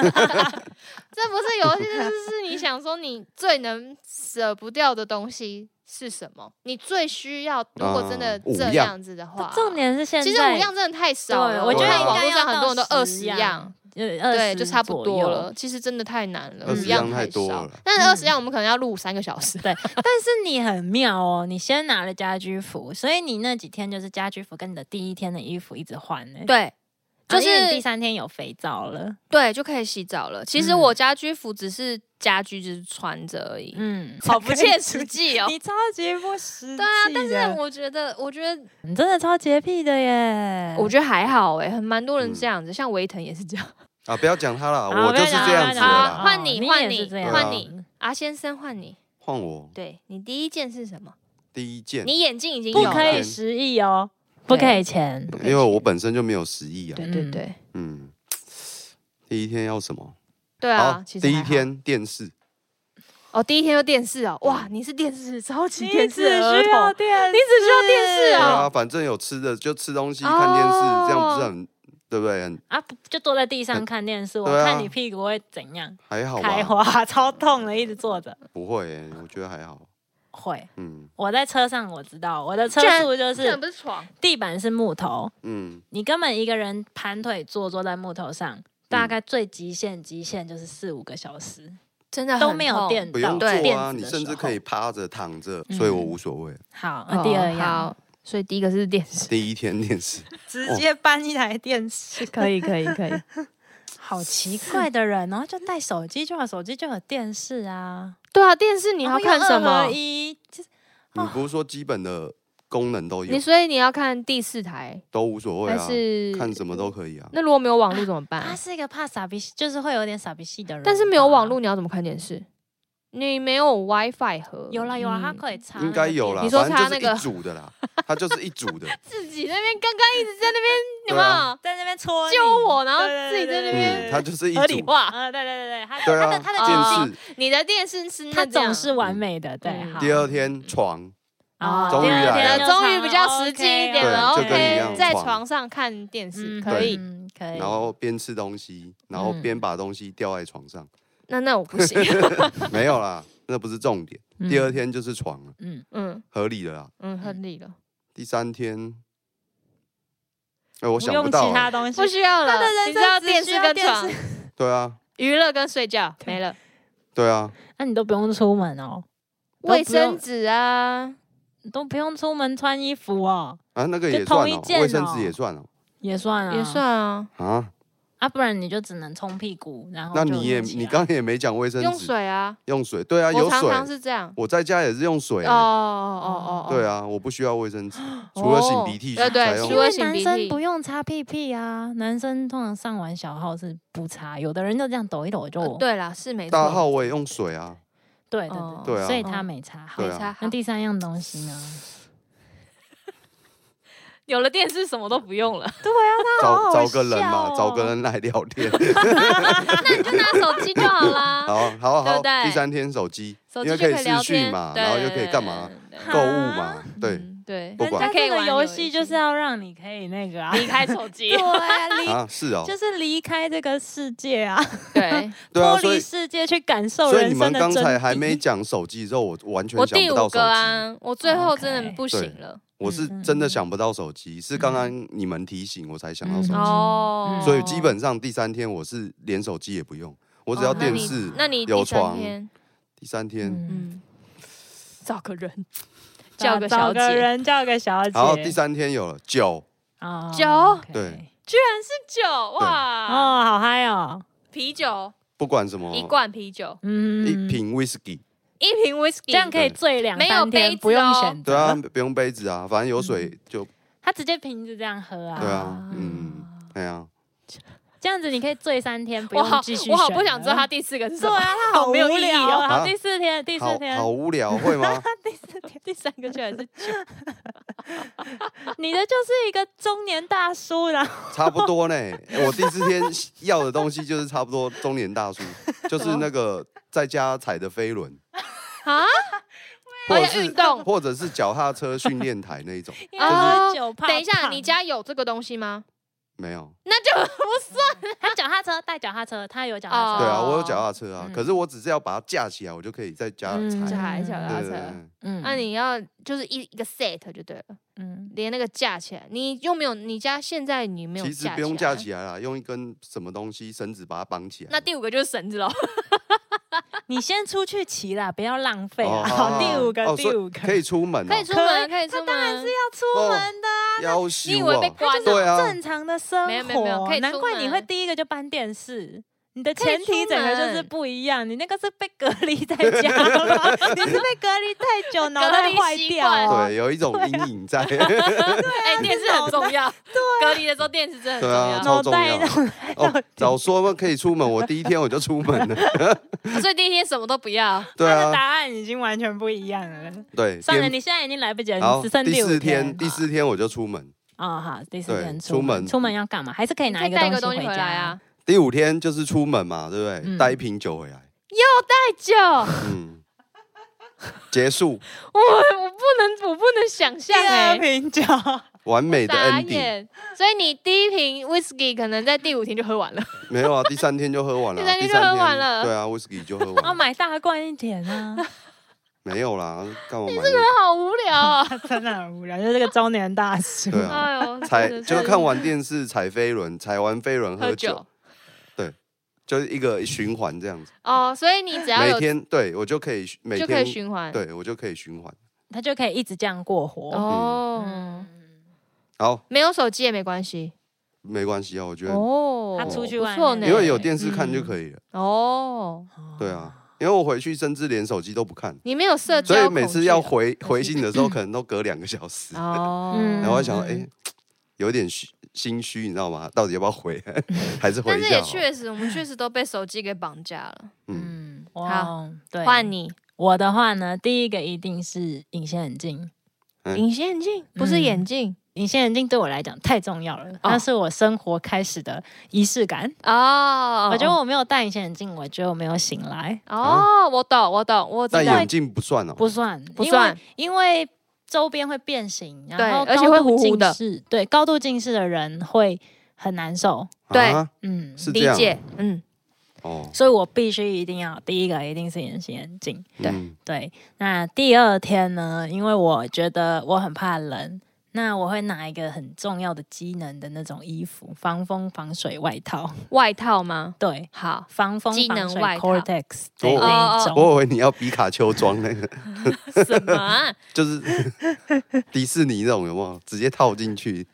Speaker 3: 这不是 [laughs] 游戏，这是是你想说你最能舍不掉的东西是什么？你最需要，如果真的
Speaker 1: 啊五
Speaker 3: 这
Speaker 1: 样
Speaker 3: 样子的话，
Speaker 2: 重点是现在，
Speaker 3: 其实五样真的太少
Speaker 2: 对，
Speaker 3: 了。
Speaker 2: 我觉得
Speaker 1: 对
Speaker 3: 看
Speaker 1: 啊
Speaker 2: 应
Speaker 3: 网
Speaker 2: 该
Speaker 3: 络
Speaker 2: 要
Speaker 3: 上很多人都
Speaker 2: 到
Speaker 3: 二
Speaker 2: 10
Speaker 3: 十样，，
Speaker 2: 呃，20
Speaker 3: 对，就差不
Speaker 2: 左
Speaker 3: 多
Speaker 2: 右
Speaker 3: 了。。其实真的太难了，
Speaker 1: 20
Speaker 3: 五嗯样
Speaker 1: 样
Speaker 3: 太
Speaker 1: 太多
Speaker 3: 少
Speaker 1: 了。
Speaker 3: 但是二十样我们可能要录三个小时。
Speaker 2: 对，但是你很妙哦，你先拿了家居服，所以你那几天就是家居服跟你的第一天的衣服一直换呢、
Speaker 3: 对，
Speaker 2: 啊，
Speaker 3: 就
Speaker 2: 因为你
Speaker 3: 是嗯
Speaker 2: 第三天有肥皂了，
Speaker 3: 对，就可以洗澡了。其实
Speaker 2: 嗯
Speaker 3: 我家居服只是家居，就是穿着而已，
Speaker 2: 嗯，
Speaker 3: [laughs] 好不切实际 [laughs] 哦。
Speaker 2: [laughs] 你超级不实际。
Speaker 3: [laughs] 对啊，但是我觉得，我觉得，
Speaker 2: 你真的超洁癖的耶！
Speaker 3: 我觉得还好哎，很蛮多人
Speaker 1: 嗯
Speaker 3: 这样子，像维腾也是这样。
Speaker 1: 啊，不要讲他了，我
Speaker 2: 好不
Speaker 1: 就
Speaker 2: 要
Speaker 1: 是
Speaker 2: 讲
Speaker 1: 这样
Speaker 2: 不
Speaker 1: 子的
Speaker 2: 要讲
Speaker 3: 好
Speaker 1: 啦。啊
Speaker 3: 换你
Speaker 2: 哦你
Speaker 3: 换
Speaker 2: 也是
Speaker 3: 你
Speaker 2: 这样
Speaker 1: 换
Speaker 3: 你阿先生换你，
Speaker 1: 换我
Speaker 3: 对你第一件是什么？
Speaker 1: 第一件，
Speaker 3: 你眼镜已经
Speaker 2: 不
Speaker 3: 有
Speaker 2: 可以
Speaker 3: 了，
Speaker 2: 十亿哦，不可以钱。
Speaker 3: 不可以
Speaker 1: 因为我本身就没有十亿啊
Speaker 3: 对。
Speaker 2: 嗯
Speaker 3: 对对
Speaker 1: 嗯，第一天要什么？
Speaker 3: 对啊
Speaker 1: 好，，
Speaker 3: 其实
Speaker 1: 第一
Speaker 3: 还好
Speaker 1: 天电视，
Speaker 3: 哦，第一天就电视哦，
Speaker 1: 嗯
Speaker 3: 哇，你是电视超级电视
Speaker 2: 你
Speaker 3: 儿
Speaker 2: 只需要
Speaker 3: 童，
Speaker 2: 电，
Speaker 3: 你只需要电视
Speaker 1: 对
Speaker 3: 哦
Speaker 1: 啊，反正有吃的就吃东西、看电视，这样不是很对不对？很
Speaker 2: 啊，不就坐在地上看电视，我
Speaker 1: 对啊
Speaker 2: 看你屁股会怎样？
Speaker 1: 还好
Speaker 2: 开
Speaker 1: 吧？
Speaker 2: [laughs] 花，超痛的，一直坐着。
Speaker 1: 不会欸，我觉得还好。
Speaker 2: 会，
Speaker 1: 嗯
Speaker 2: 我在车上我知道我的车
Speaker 3: 竟然
Speaker 2: 速就
Speaker 3: 这
Speaker 2: 是
Speaker 3: 不是床，
Speaker 2: 地板是木头，
Speaker 1: 嗯，
Speaker 2: 你根本一个人盘腿坐坐在木头上，
Speaker 1: 嗯
Speaker 2: 大概最极限极限就是四五个小时
Speaker 3: 真的
Speaker 2: 都没有
Speaker 3: 电。
Speaker 2: 电
Speaker 1: 不
Speaker 2: 到
Speaker 1: 用做
Speaker 3: 对
Speaker 2: 电
Speaker 1: 啊，
Speaker 2: 子
Speaker 1: 你
Speaker 2: 的
Speaker 1: 甚至
Speaker 2: 时
Speaker 1: 可以
Speaker 2: 候嗯
Speaker 1: 趴着躺着，所以我无所谓。
Speaker 2: 好，那第二
Speaker 3: 哦
Speaker 2: 样、
Speaker 3: 好所以第一个是电视，
Speaker 1: 第一天练习，
Speaker 2: 直接搬一台电视，
Speaker 3: [laughs]
Speaker 4: 可以可以
Speaker 1: [laughs]
Speaker 4: 可以，
Speaker 2: 好奇怪的人，然后就带手机，就有手机就有电视啊，
Speaker 3: 对啊，电视你要看
Speaker 2: 然
Speaker 3: 什
Speaker 2: 后又
Speaker 3: 么
Speaker 2: 二合？一就是
Speaker 1: 你
Speaker 2: 哦
Speaker 1: 不是说基本的功能都有
Speaker 3: 你，所以你要看第四台，
Speaker 1: 都无所谓
Speaker 3: 还
Speaker 1: 啊，
Speaker 3: 是
Speaker 1: 看什么都可以啊。
Speaker 3: 那如果没有网络怎么
Speaker 2: 他
Speaker 3: 办？
Speaker 2: 是一个怕傻逼，就是会有点傻逼系的人，
Speaker 3: 但是没有网。络，你要怎么看电视？你没有啊 WiFi 和
Speaker 2: 有啦有啦，
Speaker 4: 嗯
Speaker 2: 他可以插那个电，
Speaker 1: 应该有啦，
Speaker 3: 你说
Speaker 1: 反正
Speaker 3: 插
Speaker 1: 就是
Speaker 3: 那个
Speaker 1: 一组的
Speaker 2: [laughs]
Speaker 1: 啦，它就是一组的，
Speaker 3: 自己那边刚刚一直在那边，有没
Speaker 1: 对啊
Speaker 3: 有？
Speaker 2: 在那边戳你
Speaker 3: 揪我然后
Speaker 2: 对对
Speaker 3: 自己在那
Speaker 2: [laughs] 对对
Speaker 1: 嗯，
Speaker 2: 对
Speaker 1: 它就是一
Speaker 3: 合理
Speaker 1: 组，
Speaker 3: 化，
Speaker 2: 啊，对对对对，他
Speaker 1: 对
Speaker 2: 他
Speaker 1: 啊
Speaker 2: 的他的
Speaker 3: 哦
Speaker 2: 眼睛
Speaker 1: 电视。
Speaker 3: 你的电视是
Speaker 2: 他
Speaker 3: 那哦这
Speaker 2: 总
Speaker 3: 样
Speaker 2: 是完美的，对。
Speaker 3: 嗯
Speaker 2: 好
Speaker 1: 第二天床，
Speaker 2: 哦
Speaker 1: 终于
Speaker 2: 第二
Speaker 1: 来
Speaker 2: 天
Speaker 1: 了
Speaker 2: 就
Speaker 3: 啊终于
Speaker 2: 唱
Speaker 3: 比较实际一点了。
Speaker 1: 对
Speaker 2: OK，
Speaker 1: 就跟你一样
Speaker 3: OK，在
Speaker 1: 床
Speaker 3: 床上看电
Speaker 2: 嗯
Speaker 3: 视可以。
Speaker 2: 嗯可以。
Speaker 1: 然后边吃东西，然后
Speaker 2: 嗯
Speaker 1: 边把东西掉在床上，
Speaker 3: 那那我
Speaker 1: [laughs]
Speaker 3: 不行。
Speaker 1: 没有啦，那不是重点。
Speaker 2: 嗯
Speaker 1: 第二，天就是床了，
Speaker 2: 嗯，
Speaker 3: 嗯
Speaker 1: 合理的啦。
Speaker 3: 嗯，合理了，
Speaker 1: 第三天，哎，我
Speaker 2: 不
Speaker 1: 想
Speaker 2: 用
Speaker 1: 不到
Speaker 2: 其
Speaker 1: 欸，
Speaker 2: 他东西
Speaker 3: 不，需要了
Speaker 2: 他的。人
Speaker 3: 你知道
Speaker 2: 生只
Speaker 3: 电
Speaker 2: 需
Speaker 3: 视
Speaker 2: 要
Speaker 3: 跟
Speaker 2: 电
Speaker 3: 床
Speaker 2: 视、
Speaker 1: 对啊，
Speaker 3: 娱乐跟睡觉没了，
Speaker 1: 对啊，
Speaker 2: 那你都不用出门哦，都不
Speaker 3: 卫生
Speaker 2: 用
Speaker 3: 纸啊，
Speaker 2: 你都不用出门穿衣服哦，
Speaker 1: 啊，那个
Speaker 2: 就
Speaker 1: 也
Speaker 2: 同
Speaker 1: 算
Speaker 2: 一
Speaker 1: 哦，
Speaker 2: 件
Speaker 1: 卫生
Speaker 2: 哦
Speaker 1: 纸也算哦，
Speaker 2: 也算啊，
Speaker 3: 也算啊，
Speaker 1: 啊，
Speaker 2: 啊，不然你就只能冲屁股，然后
Speaker 1: 那
Speaker 2: 就
Speaker 1: 你也
Speaker 2: 起来
Speaker 1: 你刚刚也没讲卫生
Speaker 3: 用
Speaker 1: 纸，
Speaker 3: 水啊。
Speaker 1: 用水，对啊，有
Speaker 3: 我常
Speaker 1: 水，
Speaker 3: 常是这样。
Speaker 1: 我在家也是用水
Speaker 3: 哦
Speaker 1: 欸，
Speaker 3: 哦哦哦，
Speaker 1: 对啊，我不需要卫生
Speaker 2: [gasps]
Speaker 1: 纸，除了
Speaker 2: 哦
Speaker 1: 擤鼻涕
Speaker 3: 对对
Speaker 1: 才用
Speaker 3: 除
Speaker 2: 因
Speaker 3: 了
Speaker 2: 为
Speaker 3: 擤
Speaker 2: 男
Speaker 3: 鼻
Speaker 2: 生
Speaker 3: 涕
Speaker 2: 不用擦屁屁啊，男生通常上完小号是不擦，有的人就这样抖一抖就、
Speaker 3: 呃对啦，是没
Speaker 1: 大
Speaker 3: 错。
Speaker 1: 号我也用水
Speaker 2: [laughs]
Speaker 1: 啊，
Speaker 2: 对对
Speaker 3: 哦
Speaker 2: 对
Speaker 1: 对啊
Speaker 2: 所以他没擦好。
Speaker 1: 对
Speaker 3: 没
Speaker 1: 啊
Speaker 3: 差好
Speaker 2: 那第三样东西呢？
Speaker 3: 有了电视，什么都不用
Speaker 1: [laughs]
Speaker 3: 了，
Speaker 1: 找
Speaker 2: 好好
Speaker 1: 找个人
Speaker 2: 笑
Speaker 1: 嘛，
Speaker 2: 哦
Speaker 1: 找个人来聊
Speaker 2: [laughs]
Speaker 1: 天。
Speaker 3: 那你就拿手机就好啦。
Speaker 1: 好啊好
Speaker 3: 对
Speaker 1: 好
Speaker 3: 不，对
Speaker 1: 第三天手机，
Speaker 3: 手
Speaker 1: 因
Speaker 3: 机
Speaker 1: 为
Speaker 3: 就
Speaker 1: 可以
Speaker 3: 聊
Speaker 1: 视讯
Speaker 3: 天
Speaker 1: 嘛，
Speaker 3: 对
Speaker 1: 然后又可以干嘛？？
Speaker 3: 对
Speaker 1: 购物嘛，对，
Speaker 3: 嗯对
Speaker 1: 不
Speaker 2: 人
Speaker 1: 管
Speaker 2: 家
Speaker 3: 可以
Speaker 2: 这个
Speaker 3: 玩
Speaker 2: 游
Speaker 3: 游
Speaker 2: 戏
Speaker 1: [laughs]
Speaker 3: 戏
Speaker 2: 就是要让你可以那个啊，
Speaker 3: 离开手机
Speaker 2: 对。啊，离、
Speaker 1: 啊，是哦，
Speaker 2: 就是离开这个世界啊，
Speaker 3: [laughs] 对，
Speaker 1: [laughs] 对啊，
Speaker 2: 脱
Speaker 1: 所
Speaker 2: 离
Speaker 1: 以
Speaker 2: 世界去感受
Speaker 1: 所以
Speaker 2: 人
Speaker 1: 你们
Speaker 2: 生的真谛。
Speaker 1: 刚才还没讲手机之后，我完全
Speaker 3: 我
Speaker 1: 想
Speaker 3: 第
Speaker 1: 不
Speaker 3: 五
Speaker 1: 到手
Speaker 3: 个
Speaker 1: 机，
Speaker 3: 啊，我最后真的不
Speaker 1: 对
Speaker 3: 行了。
Speaker 1: 我是
Speaker 2: 嗯
Speaker 1: 真的想不到手机，是刚刚你们提醒我才想到手
Speaker 2: 嗯
Speaker 1: 机，
Speaker 3: 哦，
Speaker 1: 所以基本上第三天我是连手机也不用，我只要
Speaker 3: 哦那
Speaker 1: 电
Speaker 3: 你
Speaker 1: 视。
Speaker 3: 那你
Speaker 1: 有
Speaker 3: 第三
Speaker 1: 床
Speaker 3: 天，
Speaker 1: 第三天，
Speaker 2: 嗯，
Speaker 3: 嗯，找个人，
Speaker 2: 找
Speaker 3: 叫个小
Speaker 2: 找个
Speaker 3: 姐，
Speaker 2: 人叫个
Speaker 1: [laughs]
Speaker 2: 小姐，
Speaker 1: 然后第三天有了酒，
Speaker 2: 哦
Speaker 3: 酒
Speaker 2: OK
Speaker 1: 对
Speaker 3: 酒哇，
Speaker 2: 哦，好嗨哦，
Speaker 3: 啤酒
Speaker 1: 不管什么
Speaker 3: 一罐啤酒，
Speaker 2: 嗯，
Speaker 1: 一瓶 whisky，
Speaker 3: 一瓶 whisky，
Speaker 2: 这样可以
Speaker 1: 对
Speaker 2: 醉两
Speaker 3: 没有
Speaker 2: 三天
Speaker 3: 杯子
Speaker 2: 不用
Speaker 3: 哦
Speaker 2: 选择。
Speaker 1: 对啊，不用杯子啊，反正有
Speaker 3: 嗯
Speaker 1: 水就
Speaker 2: 他直接瓶子这样喝啊。
Speaker 1: 对啊，嗯，哎呀，
Speaker 2: 这样子你可以醉三天，不
Speaker 3: 我好
Speaker 2: 用继续，
Speaker 3: 我好
Speaker 2: 选
Speaker 3: 不想知道
Speaker 2: 了
Speaker 3: 他。第四个是什
Speaker 2: 对
Speaker 3: 么，
Speaker 2: 啊，他好没
Speaker 3: 好没
Speaker 2: 有
Speaker 3: 有
Speaker 2: 意
Speaker 3: 意
Speaker 2: 义
Speaker 3: 义
Speaker 2: 哦。
Speaker 3: 哦
Speaker 2: 好，
Speaker 1: 啊
Speaker 2: 第四天，第四
Speaker 1: 好
Speaker 2: 天
Speaker 1: 好，无聊，会吗？
Speaker 3: 第三个居然是酒，
Speaker 2: [laughs] 你的就是一个中年大叔，然后
Speaker 1: 差不多呢。我第四
Speaker 3: [laughs]
Speaker 1: 天要的东西就是差不多中年大叔，就是那个在家踩的飞轮
Speaker 3: 啊，
Speaker 1: 或者
Speaker 3: 而且
Speaker 1: 是
Speaker 3: 运动
Speaker 1: 或者是脚踏车训练台那一种，
Speaker 2: 因为
Speaker 3: 哦
Speaker 1: 啊
Speaker 2: 他酒泡
Speaker 3: 等一下，你
Speaker 2: 家
Speaker 3: 家有这个东西吗？
Speaker 1: 没有。
Speaker 3: [laughs] 那就不算。
Speaker 2: 他脚踏车带脚踏车，他有脚踏
Speaker 1: 对
Speaker 2: 车，
Speaker 1: 啊，
Speaker 3: 哦
Speaker 1: 我有脚踏车啊
Speaker 2: 嗯，
Speaker 1: 可是我只是要把它架起来，我就可以在家
Speaker 2: 嗯
Speaker 1: 踩。
Speaker 3: 还 [laughs] 小
Speaker 1: 对
Speaker 3: 拉
Speaker 1: 对对，
Speaker 3: 扯，
Speaker 1: 对
Speaker 2: 嗯
Speaker 3: 那你要就是一一个 set 就对了，
Speaker 2: 嗯，
Speaker 3: 连那个架起来，你又没有，你家现在你没有，
Speaker 1: 其实不用架。起来啦，用一根什么东西绳子把它绑起来。
Speaker 3: 那第五个就是绳子喽，
Speaker 2: 你先出去骑啦，不要浪费
Speaker 1: 哦
Speaker 2: 啊。
Speaker 1: 好
Speaker 2: 好，
Speaker 1: 好
Speaker 2: 第
Speaker 1: 好
Speaker 2: 五个，
Speaker 1: 哦
Speaker 2: 第
Speaker 1: 所以
Speaker 2: 五个，
Speaker 1: 可以出门哦，
Speaker 3: [laughs] 可以出门啊，可以出门，当然是要
Speaker 2: 要出门的啊，
Speaker 1: 要
Speaker 3: 你以
Speaker 1: 修
Speaker 3: 为被
Speaker 1: 哦。
Speaker 3: 关
Speaker 1: 对
Speaker 3: 了？
Speaker 1: 啊，
Speaker 2: 正常的生活，
Speaker 3: 没有没有没有可以出
Speaker 2: 难怪你
Speaker 3: 门
Speaker 2: 会第一个就搬电视。你的
Speaker 3: 可以
Speaker 2: 前提
Speaker 3: 出
Speaker 2: 整个就是
Speaker 3: 门
Speaker 2: 不一样，你那个是被隔离在
Speaker 1: [laughs]
Speaker 2: 家了，你是被隔离太久，脑袋
Speaker 3: 离
Speaker 2: 坏
Speaker 3: 习
Speaker 2: 掉
Speaker 3: 惯
Speaker 2: 哦。
Speaker 1: 对，有一种阴影在。
Speaker 3: 哎，电视很重 [laughs] 要，隔离的时候电视真的很重
Speaker 1: 对啊，
Speaker 2: 重
Speaker 1: 超重
Speaker 2: 脑
Speaker 3: 要。
Speaker 2: 袋
Speaker 1: 要。哦，早说嘛，可以出门，我第一天我就出门了。啊
Speaker 3: 所以第一天什么都不要，
Speaker 1: 对
Speaker 2: 他的
Speaker 1: 啊，
Speaker 2: 答案已经完全不一样了。
Speaker 1: 对。
Speaker 2: 算了，
Speaker 1: 颠
Speaker 2: 你现在已经来不及了，
Speaker 1: 好，
Speaker 2: 你只剩
Speaker 1: 第
Speaker 2: 六
Speaker 1: 四
Speaker 2: 天。
Speaker 1: 第四天我就出门，
Speaker 2: 哦，好，第四
Speaker 1: 对
Speaker 2: 天
Speaker 1: 出门
Speaker 2: 出门要干嘛？还是可以拿
Speaker 3: 再
Speaker 2: 一
Speaker 3: 带一
Speaker 2: 个
Speaker 3: 个
Speaker 2: 东
Speaker 3: 东
Speaker 2: 西
Speaker 3: 西
Speaker 2: 回
Speaker 3: 回
Speaker 2: 家
Speaker 3: 来啊。。
Speaker 1: 第五天就是出门嘛，对不
Speaker 2: 嗯
Speaker 1: 对？带一瓶酒回来，
Speaker 3: [laughs] 太久，我
Speaker 1: 嗯，结束
Speaker 3: 我不能，我不能想
Speaker 2: 第
Speaker 3: 象
Speaker 2: 二
Speaker 3: 哎，
Speaker 2: 瓶酒， [laughs]
Speaker 1: 完美的
Speaker 3: 傻
Speaker 1: ending。
Speaker 3: 眼。所以你第一瓶 whisky 可能在第五天就喝完了，
Speaker 1: 没有啊，第
Speaker 3: [laughs]
Speaker 1: 三天就喝完了啊，
Speaker 3: 第三天就喝完了
Speaker 2: 哦
Speaker 3: 哦
Speaker 1: 对啊，whisky 就喝
Speaker 2: 要
Speaker 1: 完了，
Speaker 3: [laughs]
Speaker 2: 买大罐一点啊。
Speaker 1: 没有啦，干嘛买那个？
Speaker 3: 好无聊啊！
Speaker 2: 真的很无聊，就是这个中年大
Speaker 1: [laughs]
Speaker 2: 叔。
Speaker 1: 对啊
Speaker 3: 哎呦，
Speaker 1: 踩
Speaker 3: 真的
Speaker 1: 就是看完电视踩飞轮，踩完飞轮喝
Speaker 3: 喝
Speaker 1: 酒
Speaker 3: 酒，
Speaker 1: 就是一个循环这样子。
Speaker 3: 哦，所以你只要
Speaker 1: 每
Speaker 3: 有
Speaker 1: 天对我就可以每
Speaker 3: 就可以
Speaker 1: 天
Speaker 3: 循环。
Speaker 1: 对我就可以循环。
Speaker 2: 他就可以一直这样过活。
Speaker 3: 哦
Speaker 2: 嗯，，
Speaker 1: 好，
Speaker 3: 没有手机也没关系。
Speaker 1: 没关系啊，我觉得
Speaker 3: 哦，
Speaker 2: 他出去
Speaker 3: 不
Speaker 2: 外
Speaker 3: 错
Speaker 2: 面
Speaker 3: 呢，
Speaker 1: 因为有电视看就可以了。
Speaker 3: 哦，
Speaker 1: 对啊，因为我回去甚至连手机都不看，
Speaker 3: 你没有社交
Speaker 1: 所
Speaker 3: 恐惧啊，
Speaker 1: 以每次要回回信的时候，可能都隔两个小时。
Speaker 3: [laughs] 啊哦，
Speaker 2: 嗯
Speaker 1: 然后我想，
Speaker 2: 嗯
Speaker 1: 哎、
Speaker 2: 嗯
Speaker 1: 有点虚心虚，你知道吗？到底要不要回， [laughs] 还是回
Speaker 3: 但
Speaker 1: 一
Speaker 3: 是
Speaker 1: 下
Speaker 3: 也
Speaker 1: 好？
Speaker 3: 确实，我们确实都被手机给绑架了。
Speaker 1: 嗯，
Speaker 2: 嗯，哇，对，
Speaker 3: 换你，
Speaker 2: 我的话呢，第一个一定是隐形眼镜。
Speaker 1: 嗯
Speaker 3: 隐形眼镜不是眼镜
Speaker 2: 隐形眼镜对我来讲太重要了，那是我生活开始的仪式感。
Speaker 3: 哦。
Speaker 2: 我觉得我没有戴隐形眼镜，我觉得我没有醒来，
Speaker 3: 哦，我懂，我懂，我
Speaker 1: 戴
Speaker 3: 知道
Speaker 1: 眼。镜不算哦、
Speaker 2: 不算，
Speaker 3: 不算
Speaker 2: 因为，因为周边会变形，然
Speaker 3: 对
Speaker 2: 后
Speaker 3: 而且会糊糊的
Speaker 2: 高度近视。对，高度近视的人会很难受。
Speaker 3: 对
Speaker 1: 啊、
Speaker 2: 嗯，
Speaker 1: 是这
Speaker 3: 理
Speaker 1: 样
Speaker 3: 解，嗯，
Speaker 1: 哦。
Speaker 2: 所以我必须一定要第一个一定是隐形眼镜。
Speaker 3: 对
Speaker 1: 嗯
Speaker 2: 对，那第二天呢，因为我觉得我很怕冷，那我会拿一个很重要的机能的那种衣服，防风防水外套。
Speaker 3: 外套吗？
Speaker 2: 对，
Speaker 3: 好，
Speaker 2: 防风
Speaker 3: 机能
Speaker 2: 防水
Speaker 3: 外套
Speaker 2: Cortex 的
Speaker 1: 哦
Speaker 2: 那一种。
Speaker 1: 我以为你要皮卡丘装那个， [laughs]
Speaker 3: 什么啊？
Speaker 1: 就是迪士尼那种有没有？直接套进去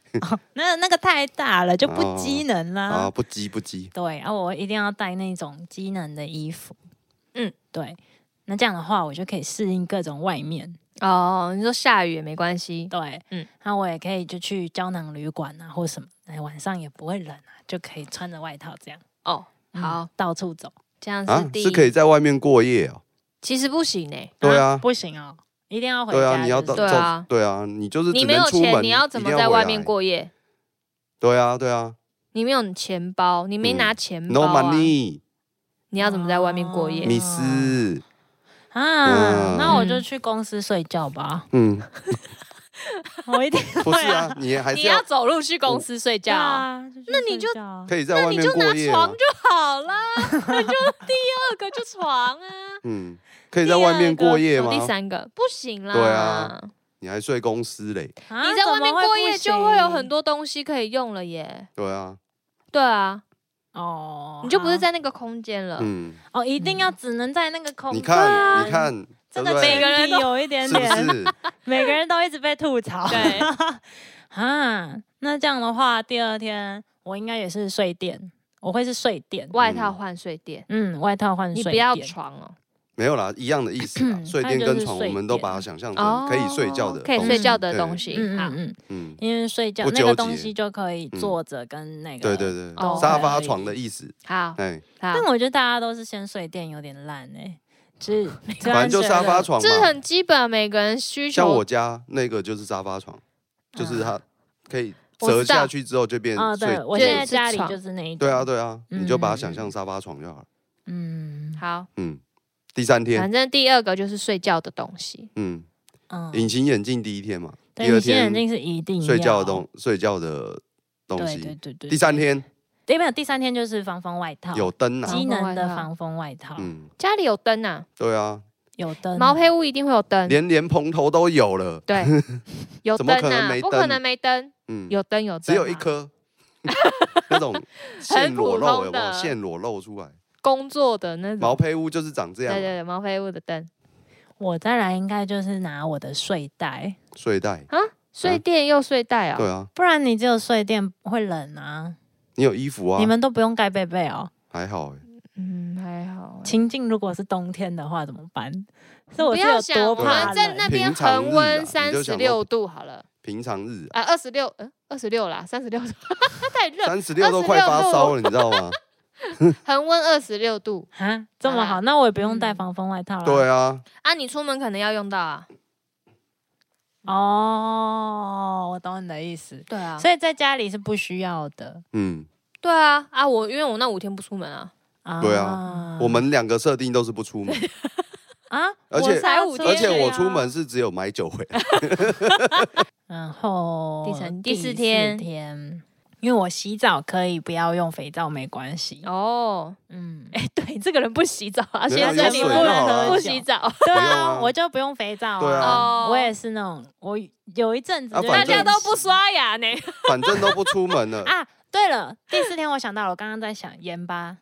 Speaker 2: 那那个太大了，就不
Speaker 1: 哦
Speaker 2: 机能啦。
Speaker 1: 啊，不羁不羁。
Speaker 2: 对，然、后我一定要带那种机能的衣服。
Speaker 3: 嗯，
Speaker 2: 对。那这样的话，我就可以适应各种外面。
Speaker 3: [laughs] 哦，你说下雨也没
Speaker 2: [laughs]
Speaker 3: 关系，
Speaker 2: 对，
Speaker 3: 嗯
Speaker 2: 嗯，那我也可以就去胶囊旅馆啊，或什么，哎，晚上也不会冷啊，就可以穿着外套这样。
Speaker 3: 哦，
Speaker 2: 嗯
Speaker 3: 好，
Speaker 2: 到处走。
Speaker 3: 这样
Speaker 1: 啊
Speaker 3: 是，第
Speaker 1: 是
Speaker 3: 一
Speaker 1: 可以，在外面过夜哦、
Speaker 3: 其实不行呢。
Speaker 1: 对啊
Speaker 2: 不行哦，一定要回家。
Speaker 1: 对啊，你要
Speaker 2: 就
Speaker 1: 到
Speaker 2: 是
Speaker 3: 对啊
Speaker 1: 走对啊，你就是
Speaker 3: 你
Speaker 1: 只
Speaker 3: 没
Speaker 1: 能
Speaker 3: 有
Speaker 1: 出门，
Speaker 3: 钱，你要怎
Speaker 1: 一
Speaker 3: 么
Speaker 1: 定
Speaker 3: 在
Speaker 1: 回
Speaker 3: 外
Speaker 1: 来
Speaker 3: 面？过夜？
Speaker 1: 对啊，对啊
Speaker 3: 你没有钱包，你没
Speaker 1: 嗯
Speaker 3: 拿钱
Speaker 1: ，No
Speaker 3: 包啊？哎
Speaker 1: money，
Speaker 3: 你要怎么在外面过夜？
Speaker 1: 米斯，嗯
Speaker 2: 啊，那我就去公司睡觉吧。
Speaker 1: 嗯，
Speaker 2: [laughs] 我一定
Speaker 1: 不是 [laughs] 啊，你还
Speaker 3: 你
Speaker 1: 是
Speaker 3: 要
Speaker 1: 要
Speaker 3: 走路去公司睡觉
Speaker 2: 对
Speaker 3: 啊，
Speaker 2: 啊，
Speaker 3: 那你就
Speaker 2: 去睡觉啊
Speaker 1: 可以在外
Speaker 3: 你
Speaker 1: 面
Speaker 3: 就拿
Speaker 1: 过夜、啊
Speaker 3: 床。就好
Speaker 1: [laughs]
Speaker 3: 啦，你就第二个就床啊。
Speaker 1: 嗯，可以在外面过夜吗
Speaker 3: 第？三个不行啦，
Speaker 1: 对啊你还睡公司嘞？
Speaker 2: 啊
Speaker 3: 你在外面过夜就会有很
Speaker 2: 多
Speaker 3: 多东西可以用了耶。
Speaker 1: 对啊，
Speaker 3: 对啊，
Speaker 2: 哦，
Speaker 3: 你就不是
Speaker 2: 好
Speaker 3: 在那个空间了。
Speaker 1: 嗯，
Speaker 2: 哦，一定要只能在那个空，
Speaker 1: 你
Speaker 2: 对啊
Speaker 1: 看，你，看，
Speaker 2: 真
Speaker 1: 对
Speaker 2: 的
Speaker 1: 不
Speaker 2: 每
Speaker 1: 对
Speaker 2: 个人
Speaker 3: 对
Speaker 2: 有一点
Speaker 1: 是
Speaker 2: 点，
Speaker 1: 不是？
Speaker 2: [laughs] 每个人都一直被吐槽。
Speaker 3: 对
Speaker 2: [laughs] 啊，那这样的话，第二天我应该也是睡垫，我会是睡垫，
Speaker 3: 外套换睡垫，
Speaker 2: 嗯，外套换
Speaker 3: 你
Speaker 2: 睡
Speaker 3: 不要
Speaker 2: 垫
Speaker 3: 床哦，
Speaker 1: 没有啦，一样的意思啦。
Speaker 2: 嗯
Speaker 1: 睡
Speaker 2: 它
Speaker 1: 垫
Speaker 2: 就是
Speaker 1: 跟床，
Speaker 2: 睡
Speaker 1: 我们都
Speaker 2: 垫
Speaker 1: 把它想象
Speaker 3: 哦
Speaker 1: 成嗯可以睡觉的
Speaker 3: 可
Speaker 1: 东西，
Speaker 3: 以睡觉的
Speaker 1: 对
Speaker 3: 东西。
Speaker 2: 嗯
Speaker 3: 好
Speaker 2: 嗯嗯，
Speaker 1: 嗯，
Speaker 2: 因为睡觉
Speaker 1: 不
Speaker 2: 那个
Speaker 1: 纠
Speaker 2: 东
Speaker 1: 结
Speaker 2: 西就可以
Speaker 1: 嗯
Speaker 2: 坐着跟那个、
Speaker 1: 对对对，
Speaker 3: 哦
Speaker 1: 沙
Speaker 2: 可
Speaker 1: 发
Speaker 2: 以
Speaker 1: 床的意思。
Speaker 2: 嗯
Speaker 3: 好
Speaker 1: 哎，
Speaker 3: 好
Speaker 2: 但，我觉得大家都是先睡垫，有点烂哎、欸，就是
Speaker 1: [laughs] 反正就沙发，床
Speaker 3: 这
Speaker 1: 嘛。
Speaker 3: 很基本，每个人需
Speaker 1: 像
Speaker 3: 求
Speaker 1: 我家那个就是沙发床，
Speaker 2: 嗯
Speaker 1: 就是它可以
Speaker 3: 我知
Speaker 1: 折下
Speaker 3: 道
Speaker 1: 去之后就变
Speaker 2: 虽然觉得啊，
Speaker 1: 睡
Speaker 2: 对，。我
Speaker 3: 对
Speaker 2: 现在
Speaker 3: 是
Speaker 2: 家里
Speaker 3: 床
Speaker 2: 就是那一种，
Speaker 1: 对啊，，对啊，你就把它想
Speaker 2: 嗯嗯
Speaker 1: 象
Speaker 2: 嗯
Speaker 1: 沙发床就好了。
Speaker 2: 嗯，
Speaker 3: 好，
Speaker 1: 嗯，第三天
Speaker 3: 反，正第二个就是睡觉的东西。
Speaker 1: 嗯，
Speaker 2: 嗯，
Speaker 1: 隐形眼镜第一天嘛，
Speaker 2: 对
Speaker 1: 第二
Speaker 2: 隐形眼
Speaker 1: 天
Speaker 2: 镜是一定
Speaker 1: 睡觉
Speaker 2: 要
Speaker 1: 的东睡觉的东
Speaker 2: 对对
Speaker 1: 西。
Speaker 2: 对对，
Speaker 1: 第三天
Speaker 2: 对，没有第三天就是防风外套，
Speaker 1: 有灯啊，
Speaker 2: 机能的
Speaker 3: 防
Speaker 2: 防风外套，
Speaker 1: 嗯，
Speaker 3: 家里有灯啊，
Speaker 1: 对啊，
Speaker 2: 有灯，
Speaker 3: 毛坯屋一定会有
Speaker 2: 嗯
Speaker 3: 灯。
Speaker 1: 连连棚头都有了， [laughs]
Speaker 3: 对，有
Speaker 1: 怎么
Speaker 3: 灯
Speaker 1: 可能
Speaker 3: 啊
Speaker 1: 没，
Speaker 3: 不可
Speaker 1: 灯
Speaker 3: 能没灯，
Speaker 1: 嗯，
Speaker 3: 有灯有灯，啊
Speaker 1: 只有一。颗， [laughs] 那种现裸露有没有？现裸露出来，
Speaker 3: 工作的那种，
Speaker 1: 毛坯屋就是长这
Speaker 3: 对
Speaker 1: 样啊嘛，
Speaker 3: 对对，毛坯屋的灯，
Speaker 2: 我再来应该就是拿我的睡袋，
Speaker 1: 睡袋，
Speaker 3: 睡垫又睡袋啊
Speaker 1: 对。啊，
Speaker 2: 不然你只有睡垫会冷啊。
Speaker 1: 你有衣服啊
Speaker 2: 你，们都不用盖被被哦。
Speaker 1: 还好欸
Speaker 3: 嗯，还好欸。
Speaker 2: 情境如果是冬天的话怎么办？是我
Speaker 3: 不
Speaker 2: 是
Speaker 3: 要
Speaker 2: 有
Speaker 3: 想，我
Speaker 2: 多怕
Speaker 3: 们
Speaker 2: 冷？
Speaker 3: 在那边
Speaker 1: 平常
Speaker 3: 恒
Speaker 1: 日
Speaker 3: 温
Speaker 1: 啊
Speaker 3: 三
Speaker 1: 你就
Speaker 3: 十
Speaker 1: 想
Speaker 3: 六
Speaker 1: 说
Speaker 3: 度好了，
Speaker 1: 平常日
Speaker 3: [laughs] 啊，二十六，嗯，二十六啦，三十六度， [laughs] 太热，
Speaker 1: 三十六都快发烧了，你知道吗？
Speaker 3: 恒温二十六度
Speaker 2: 啊，这么
Speaker 3: 好啦
Speaker 2: 好，那我也不用带
Speaker 3: 嗯
Speaker 2: 防风外套了。
Speaker 1: 对啊，
Speaker 3: 啊，你出门可能要用到啊。
Speaker 2: 哦，我懂你的意思。
Speaker 3: 对啊，
Speaker 2: 所以在家里是不需要的。
Speaker 1: 嗯，
Speaker 3: 对啊，啊，我因为我那五天不出门啊，
Speaker 2: 啊
Speaker 1: 对啊我们两个设定都是不出门，
Speaker 2: 啊，
Speaker 1: 而且
Speaker 2: 我是要出去啊
Speaker 1: 而且我出门，是只有买酒回来。
Speaker 2: 然后
Speaker 3: 第三第
Speaker 2: 第
Speaker 3: 四
Speaker 2: 四
Speaker 3: 天
Speaker 2: 天因为我洗澡可以不要用肥皂，没关系。
Speaker 3: 哦，
Speaker 2: 嗯，
Speaker 3: 哎，对，这个人不洗澡啊，
Speaker 1: 没
Speaker 2: 有
Speaker 3: 现在
Speaker 2: 有
Speaker 3: 你
Speaker 2: 水
Speaker 3: 不
Speaker 2: 就好
Speaker 3: 能
Speaker 2: 了
Speaker 3: 不洗澡，
Speaker 2: 对
Speaker 1: 不用
Speaker 2: 啊，
Speaker 1: 啊
Speaker 2: 我就不用肥皂
Speaker 1: 对
Speaker 3: 啊
Speaker 2: 我也是那种，我有一阵子
Speaker 1: 啊
Speaker 2: 就
Speaker 1: 反
Speaker 3: 大
Speaker 1: 正
Speaker 3: 家都不刷牙呢。
Speaker 1: 反正都不出门了
Speaker 2: [laughs] 啊。对了，第四天我想到了，我刚刚在想盐巴，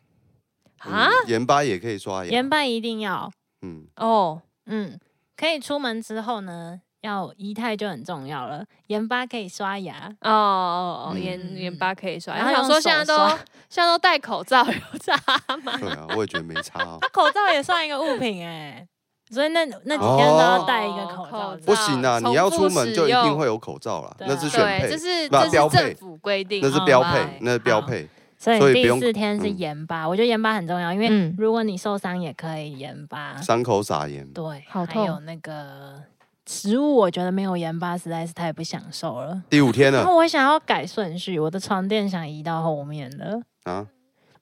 Speaker 3: 啊，
Speaker 1: 嗯盐巴也可以刷牙
Speaker 2: 盐，巴一定要，
Speaker 1: 嗯，
Speaker 3: 哦，
Speaker 2: 嗯，可以出门之后呢，要仪态就很重要了，盐巴可以刷牙。啊
Speaker 3: 哦哦哦，
Speaker 1: 嗯
Speaker 3: 盐盐巴可以刷，然
Speaker 2: 然
Speaker 3: 后
Speaker 2: 后
Speaker 3: 想说
Speaker 2: 用手
Speaker 3: 现在都
Speaker 2: 刷
Speaker 3: 现在都戴口罩，有差吗？
Speaker 1: 对啊，我也觉得没差哦。
Speaker 2: 口罩也算一个物品哎、所以那那几天都要戴一个口罩
Speaker 3: 哦。
Speaker 1: 不行啊，
Speaker 3: 重复
Speaker 1: 你要出门就一
Speaker 3: 使
Speaker 1: 定
Speaker 3: 用
Speaker 1: 会有口罩啦，
Speaker 2: 对啊
Speaker 1: 那是选
Speaker 3: 对，这
Speaker 1: 配，
Speaker 3: 是
Speaker 1: 不
Speaker 3: 这是
Speaker 1: 标配
Speaker 3: 政府规定，
Speaker 1: 那是
Speaker 2: 哦
Speaker 1: 标
Speaker 3: 好
Speaker 1: 配
Speaker 3: 吧，
Speaker 1: 那是标配。
Speaker 2: 所
Speaker 1: 所以
Speaker 2: 以
Speaker 1: 不
Speaker 2: 第
Speaker 1: 用
Speaker 2: 四天是盐巴，我觉得盐巴很重要，因为
Speaker 3: 嗯，
Speaker 2: 如果你受伤也可以盐巴。
Speaker 3: 啊
Speaker 1: 伤口撒盐，
Speaker 2: 对，
Speaker 3: 好
Speaker 2: 还有
Speaker 3: 痛
Speaker 2: 那个食物，我觉得没有盐巴实在是太不享受了。
Speaker 1: 第五天
Speaker 2: 然
Speaker 3: 哦
Speaker 1: 了
Speaker 2: 后我想要改顺序，我的床垫想移到后面了。
Speaker 1: 啊，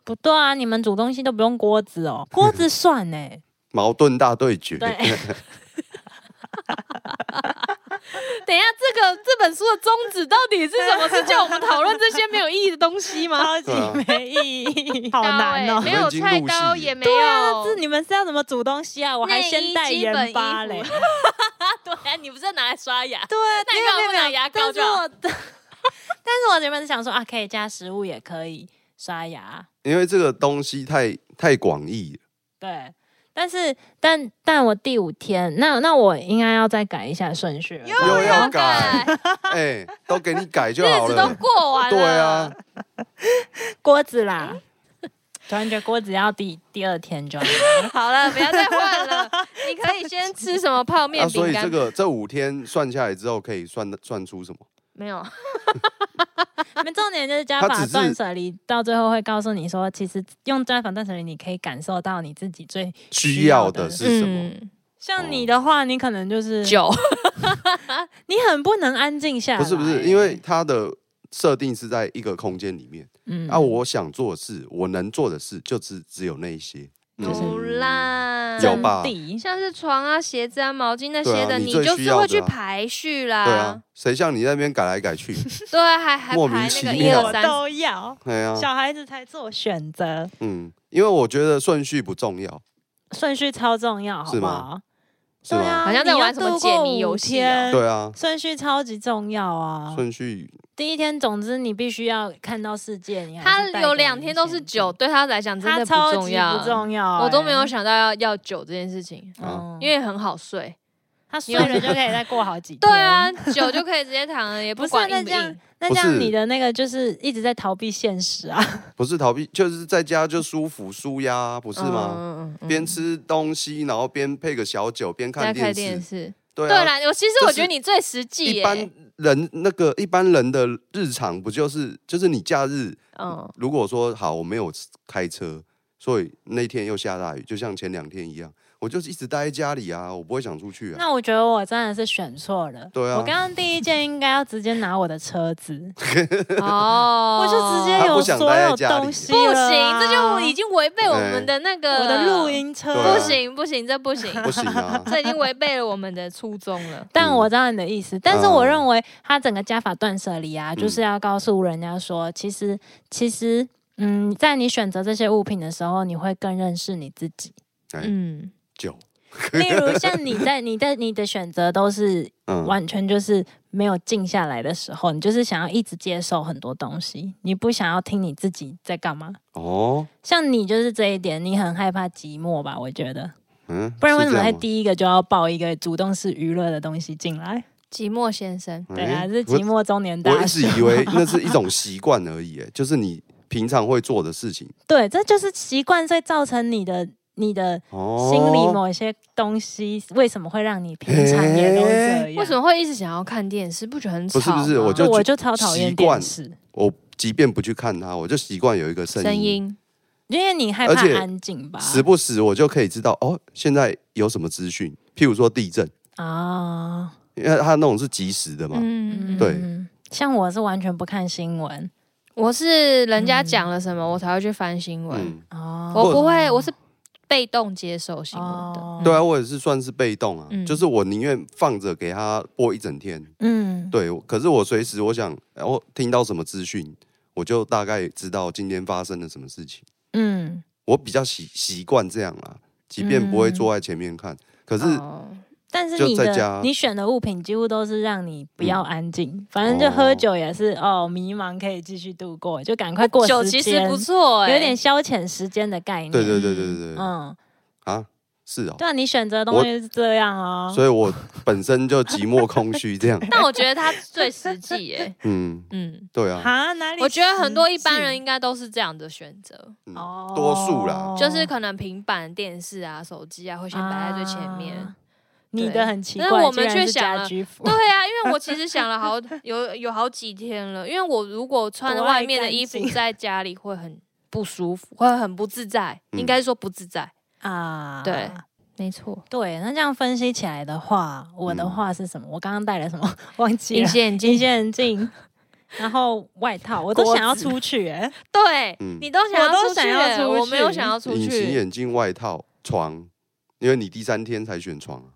Speaker 2: 不对啊，你们煮东西都不用锅子哦，锅子算呢、欸
Speaker 3: [laughs]
Speaker 1: 矛盾大对决。
Speaker 2: 对，
Speaker 3: [laughs] 等一下，这个这本书的宗旨到底是什么？是叫我们讨论这些没有意义的东西吗？
Speaker 2: 超级没意义， [laughs] 好
Speaker 3: 好
Speaker 2: 难哦。啊
Speaker 3: 没
Speaker 1: 我
Speaker 3: 有
Speaker 1: 们已经
Speaker 3: 菜
Speaker 1: 入
Speaker 3: 刀
Speaker 1: 戏
Speaker 3: 也
Speaker 1: 了
Speaker 3: 没有。
Speaker 2: 是你们是要怎么煮东西啊？我还
Speaker 3: 内
Speaker 2: 先
Speaker 3: 衣
Speaker 2: 带
Speaker 3: 基本
Speaker 2: 盐
Speaker 3: 衣
Speaker 2: 巴
Speaker 3: 服
Speaker 2: 嘞。
Speaker 3: [laughs] 对，哎你不是拿来刷牙？
Speaker 2: 对，
Speaker 3: 那你
Speaker 2: 没
Speaker 3: 干嘛
Speaker 2: 有
Speaker 3: 不
Speaker 2: 没有
Speaker 3: 拿牙膏
Speaker 2: 但是
Speaker 3: 就好
Speaker 2: 我的，但 [laughs] 是我原本是想说啊，可以加食物，也可以刷牙，
Speaker 1: 因为这个东西太太广义了，
Speaker 2: 对。但是，但但我第五天，那那我应该要再改一下顺序了。
Speaker 1: 又要
Speaker 3: 要哦改
Speaker 1: 改，哎，都给你改就好
Speaker 3: 日子都
Speaker 1: 了。
Speaker 3: 过完了。
Speaker 1: 对啊，
Speaker 2: 锅子啦， [laughs] 突然觉得锅子要第第二天就要了。
Speaker 3: 好了，不要再换了。你可以先吃什么泡面
Speaker 1: 那、、啊所
Speaker 3: 饼
Speaker 1: 以这
Speaker 3: 干？
Speaker 1: 个这五天算下来之后，可以算算出什么？
Speaker 3: 没有，
Speaker 2: [laughs] 你们重点就是加
Speaker 1: 它
Speaker 2: 法
Speaker 1: 只是
Speaker 2: 断舍离，到最后会告诉你说，其实用加法断舍离，你可以感受到你自己最
Speaker 1: 需要的
Speaker 2: 需
Speaker 1: 是什么？
Speaker 3: 嗯，
Speaker 2: 像
Speaker 1: 哦
Speaker 2: 你的话，你可能就是
Speaker 3: 酒。
Speaker 2: 你很不能安静下来。
Speaker 1: 不是不是，因为它的设定是在一个空间里面、
Speaker 2: 嗯
Speaker 1: 啊，我想做的事，我能做的事就只只有那一些。
Speaker 2: 就是
Speaker 3: 有啦，
Speaker 1: 嗯有吧
Speaker 2: 真谛
Speaker 3: 像是床啊、鞋子啊、毛巾那
Speaker 1: 对
Speaker 3: 些
Speaker 1: 啊
Speaker 3: 的，
Speaker 1: 你
Speaker 3: 你
Speaker 1: 最
Speaker 3: 就
Speaker 1: 需
Speaker 3: 是
Speaker 1: 要
Speaker 3: 会
Speaker 1: 的
Speaker 3: 去
Speaker 1: 啊
Speaker 3: 排序啦。
Speaker 1: 对啊，谁像你那边改来改
Speaker 3: [laughs]
Speaker 1: 去？
Speaker 3: 对啊，还还
Speaker 1: 莫名
Speaker 3: 排那
Speaker 1: 其
Speaker 3: 个一
Speaker 1: 妙
Speaker 3: 二
Speaker 2: 我
Speaker 3: 三
Speaker 2: 都要，
Speaker 1: 对啊，
Speaker 2: 小孩子才做选择，
Speaker 1: 嗯，因为我觉得顺序不重要，
Speaker 2: 顺序超重要，好
Speaker 1: 是
Speaker 2: 不
Speaker 1: 吗
Speaker 2: 好？
Speaker 1: 是
Speaker 2: 对
Speaker 1: 吗？
Speaker 2: 啊，
Speaker 3: 好像在玩什么解谜游戏啊
Speaker 2: 你要度过五天
Speaker 1: 对啊，
Speaker 2: 顺序超级重要啊！
Speaker 1: 顺序
Speaker 2: 第一天，总之你必须要看到世界。你还
Speaker 3: 他
Speaker 2: 是带
Speaker 3: 有
Speaker 2: 给
Speaker 3: 两
Speaker 2: 你
Speaker 3: 天都
Speaker 2: 先
Speaker 3: 是
Speaker 2: 进
Speaker 3: 酒，，对他来讲真
Speaker 2: 他
Speaker 3: 的
Speaker 2: 超
Speaker 3: 重
Speaker 2: 级
Speaker 3: 要，
Speaker 2: 不重要欸，
Speaker 3: 我都没有想到要要酒这件事情，
Speaker 1: 啊
Speaker 2: 嗯，
Speaker 3: 因为很好哦睡。
Speaker 2: 他睡了就可 [laughs] 以再过好几天。
Speaker 3: 对啊，酒就可以直接躺了，也
Speaker 2: 不是啊
Speaker 3: 管
Speaker 2: 那
Speaker 3: 硬不
Speaker 2: 这样
Speaker 3: 硬。，
Speaker 2: 那
Speaker 1: 不
Speaker 2: 这样
Speaker 1: 是
Speaker 2: 你的那个就是一直在逃避现实啊。
Speaker 1: 不是逃避，就是在家就舒服舒压啊，不
Speaker 3: 不
Speaker 1: 是吗？
Speaker 3: 嗯嗯
Speaker 1: 边吃东西，然后边配个小酒，边看
Speaker 3: 在
Speaker 1: 电
Speaker 3: 开
Speaker 1: 视。
Speaker 3: 电视。
Speaker 1: 对
Speaker 3: 对
Speaker 1: 啊，
Speaker 3: 啦，我其实
Speaker 1: 这
Speaker 3: 我
Speaker 1: 是
Speaker 3: 觉得你最实际
Speaker 1: 一
Speaker 3: 耶。
Speaker 1: 般人那个一般人的日常不就是就是你假日
Speaker 3: [laughs] 嗯，
Speaker 1: 如果说好我没有开车，所以那天又下大雨，就像前两天一样，我就是一直待在家里啊，我不会想出去啊。
Speaker 2: [laughs] 那我觉得我真的是选错了。
Speaker 1: 对啊
Speaker 2: 我刚刚第一件应该要直接拿我的车子，
Speaker 3: [laughs] 哦
Speaker 2: 我就直接
Speaker 1: 他不
Speaker 2: 有
Speaker 1: 想
Speaker 2: 所
Speaker 1: 待在
Speaker 2: 有
Speaker 1: 家里
Speaker 2: 东西
Speaker 3: 不
Speaker 2: 了
Speaker 3: 行，
Speaker 2: 啊
Speaker 3: 这就已经违背我们的那个
Speaker 2: 我的录。音车
Speaker 1: 对啊
Speaker 3: 不行不行，这不 [laughs] 行，，
Speaker 1: 不行啊
Speaker 2: [laughs]
Speaker 3: 这已经违背了我们的初衷了。
Speaker 2: 但
Speaker 1: 嗯
Speaker 2: 我知道你的意思，但是我
Speaker 1: 嗯
Speaker 2: 认为他整个加法断舍离啊，就是要告诉人家说，其实其实，嗯，在你选择这些物品的时候，你会更认识你自己。
Speaker 1: 哎
Speaker 3: 嗯，
Speaker 1: 酒，
Speaker 2: 例如像你在你在你的选择都是
Speaker 1: 嗯，
Speaker 2: 完全就是没有静下来的时候，你就是想要一直接受很多东西，你不想要听你自己在干嘛。
Speaker 1: 哦，
Speaker 2: 像你就是这一点，你很害怕寂寞吧？我觉得，
Speaker 1: 嗯，
Speaker 2: 不然为什
Speaker 1: 是这
Speaker 2: 么
Speaker 1: 样
Speaker 2: 在
Speaker 1: 吗？
Speaker 2: 第一个就要报一个主动式娱乐的东西进来？
Speaker 3: 寂寞先生，
Speaker 2: 对啊，
Speaker 1: 哎
Speaker 2: 这是
Speaker 1: 我
Speaker 2: 寂寞中年大
Speaker 1: 我一
Speaker 2: 叔
Speaker 1: 直。以为那是一种习惯而已，哎，就是你平常会做的事情。
Speaker 2: [laughs] 对，这就是习惯，所以造成你的你的
Speaker 1: 哦，
Speaker 2: 心里某些东西，为什么会让你平常也都这
Speaker 1: 哎
Speaker 2: 样？
Speaker 3: 为什？么会一直想要看电视？不觉得很吵
Speaker 1: 不是
Speaker 3: 吗？
Speaker 1: 不是我
Speaker 2: 就
Speaker 1: 就
Speaker 2: 我就超讨厌
Speaker 1: 习惯
Speaker 2: 电视，
Speaker 1: 我即便不去看它，我就习惯有一个声
Speaker 3: 声
Speaker 1: 音，
Speaker 3: 音
Speaker 2: 因为你害
Speaker 1: 而
Speaker 2: 怕
Speaker 1: 且
Speaker 2: 安静吧？
Speaker 1: 时不时我就可以知道哦，现在有什么资讯，譬如说地震，
Speaker 3: 哦
Speaker 2: 啊，
Speaker 1: 因为它那种是及时的嘛。
Speaker 3: 嗯，
Speaker 1: 对
Speaker 2: 嗯，像我是完全不看新闻
Speaker 3: 我是人家讲了什么，我才会去翻新闻，
Speaker 1: 嗯，
Speaker 2: 哦，
Speaker 3: 我不会，嗯我是被动接受新闻的。
Speaker 2: 哦
Speaker 1: 对啊，我也是算是被动啊，
Speaker 3: 嗯
Speaker 1: 就是我宁愿放着给它播一整天。
Speaker 2: 嗯，
Speaker 1: 哎对，可是我随时我想，呃我听到什么资讯，我就大概知道今天发生了什么事情。
Speaker 2: 嗯，
Speaker 1: 我比较习习惯这样啦，即便不会
Speaker 2: 嗯
Speaker 1: 坐在前面看，可是
Speaker 3: 哦
Speaker 2: 但是
Speaker 1: 就
Speaker 2: 你
Speaker 1: 在家
Speaker 2: 的你选的物品几乎都是让你不要安静，反正
Speaker 1: 哦
Speaker 2: 就喝酒也是哦迷茫可以继续度过，就赶快过
Speaker 3: 哦酒
Speaker 2: 时
Speaker 3: 其实
Speaker 2: 间
Speaker 3: 不错、欸，，
Speaker 2: 有点消遣时间的概念。
Speaker 1: 对对对对对对
Speaker 2: 嗯，
Speaker 1: 啊，是哦，
Speaker 2: 对啊，你选择的东西是这样哦。
Speaker 1: 所以我本身就寂寞空虚这样
Speaker 2: [laughs]
Speaker 3: 但我觉得他最实际耶、
Speaker 1: 嗯，
Speaker 3: 嗯，
Speaker 1: 对啊，
Speaker 2: 哈，哪里？
Speaker 3: 我觉得很多一般人应该都是这样的选择，
Speaker 1: 嗯
Speaker 2: 哦，
Speaker 1: 多数啦，
Speaker 3: 就是可能平板、电视啊、手机啊会先摆在最前面。
Speaker 2: [laughs] 啊你的很奇怪，
Speaker 3: 但是我们
Speaker 2: 居然
Speaker 3: 却
Speaker 2: 是
Speaker 3: 想
Speaker 2: 家
Speaker 3: 了
Speaker 2: 居服
Speaker 3: 对。啊，因为我其实想了好有有好几天了，因为我如果穿
Speaker 2: 多爱
Speaker 3: 外面的衣服
Speaker 2: 干净
Speaker 3: 在家里会很不舒服，会很不自在，
Speaker 1: 嗯
Speaker 3: 应该说不自在。
Speaker 2: [laughs] 啊，
Speaker 3: 对没错，
Speaker 2: 对，那这样分析起来的话，我的
Speaker 1: 嗯
Speaker 2: 话是什么？我刚刚带了什么？ [laughs] 忘记
Speaker 3: 隐
Speaker 2: 了。
Speaker 3: 形眼
Speaker 2: 隐
Speaker 3: 镜，
Speaker 2: 形眼镜，然后外套，我都
Speaker 3: 锅
Speaker 2: 想要
Speaker 3: 子
Speaker 2: 出
Speaker 1: [laughs]
Speaker 2: 去哎、
Speaker 3: 对
Speaker 1: 嗯
Speaker 3: 你都想要
Speaker 2: 我都
Speaker 3: 出去
Speaker 2: 想要
Speaker 3: 欸，
Speaker 2: 出
Speaker 3: 我没有
Speaker 2: 去
Speaker 3: 想要出
Speaker 1: 隐形
Speaker 3: 去，
Speaker 1: 眼镜、外套、床，因为你第三天才选床啊，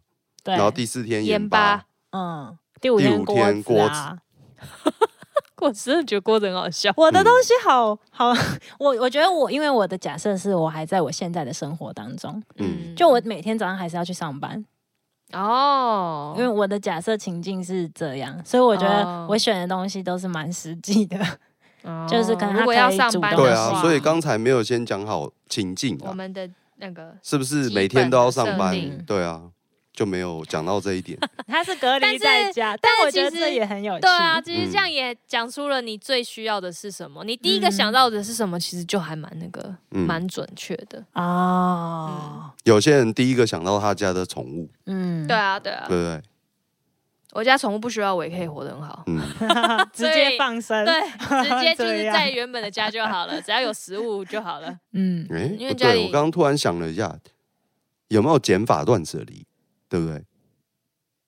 Speaker 2: 对，
Speaker 1: 然后第四天
Speaker 3: 盐
Speaker 1: 眼
Speaker 3: 巴
Speaker 1: 巴，。
Speaker 2: 嗯，第五
Speaker 1: 第
Speaker 2: 天
Speaker 1: 五
Speaker 2: 锅
Speaker 1: 天
Speaker 2: 子
Speaker 1: 锅
Speaker 2: 啊。 [laughs]
Speaker 3: 我真的觉得郭子很好笑。
Speaker 2: 我
Speaker 1: 嗯
Speaker 2: 的东西好好，我我觉得我因为我的假设是我还在我现在的生活当中，
Speaker 1: 嗯
Speaker 2: 就我每天早上还是要去上班，
Speaker 3: 哦，
Speaker 2: 因为我的假设情境是这样，所以我觉得
Speaker 3: 哦
Speaker 2: 我选的东西都是蛮实际 [laughs] 的。
Speaker 3: 哦
Speaker 2: 就是可能他
Speaker 3: 如果要
Speaker 2: 可以
Speaker 3: 上
Speaker 2: 主
Speaker 3: 班
Speaker 2: 动
Speaker 3: 的
Speaker 1: 对
Speaker 2: 的
Speaker 1: 啊，
Speaker 2: 话
Speaker 1: 所以刚才没有先讲好情境
Speaker 3: 我
Speaker 1: 啊，
Speaker 3: 们的那个，
Speaker 1: 是不是
Speaker 3: 基
Speaker 1: 每天都要上
Speaker 3: 本的设
Speaker 1: 班？
Speaker 3: 定
Speaker 1: 对啊，就没有讲到这一
Speaker 3: [laughs]
Speaker 1: 点。
Speaker 2: 他是隔
Speaker 3: 但
Speaker 2: 离
Speaker 3: 是
Speaker 2: 在家，但
Speaker 3: 但是
Speaker 2: 我觉得
Speaker 3: 其
Speaker 2: 这
Speaker 3: 实
Speaker 2: 也很有趣。
Speaker 3: 对啊，其实这样
Speaker 1: 嗯
Speaker 3: 也讲出了你最需要的是什么，你第一个
Speaker 2: 嗯
Speaker 3: 想到的是什么，其实就还蛮那个，
Speaker 1: 嗯
Speaker 3: 蛮准确的。
Speaker 2: 哦，
Speaker 1: 有些人第一个想到他家的宠物，
Speaker 2: 嗯，
Speaker 3: 对啊，对啊，
Speaker 1: 对不对？
Speaker 3: 我家宠物不需要，我也可以活得很好。 [laughs]
Speaker 1: 嗯，
Speaker 2: 直接放生，
Speaker 3: 对，直 [laughs] 接就
Speaker 2: 这
Speaker 3: 是
Speaker 2: 样
Speaker 3: 在原本的家就好了，只要有食物就好了。
Speaker 2: 嗯，
Speaker 1: 哎，
Speaker 3: 因为
Speaker 1: 不
Speaker 3: 家里
Speaker 1: 对，我刚刚突然想了一下，有没有减法断舍离？对不对？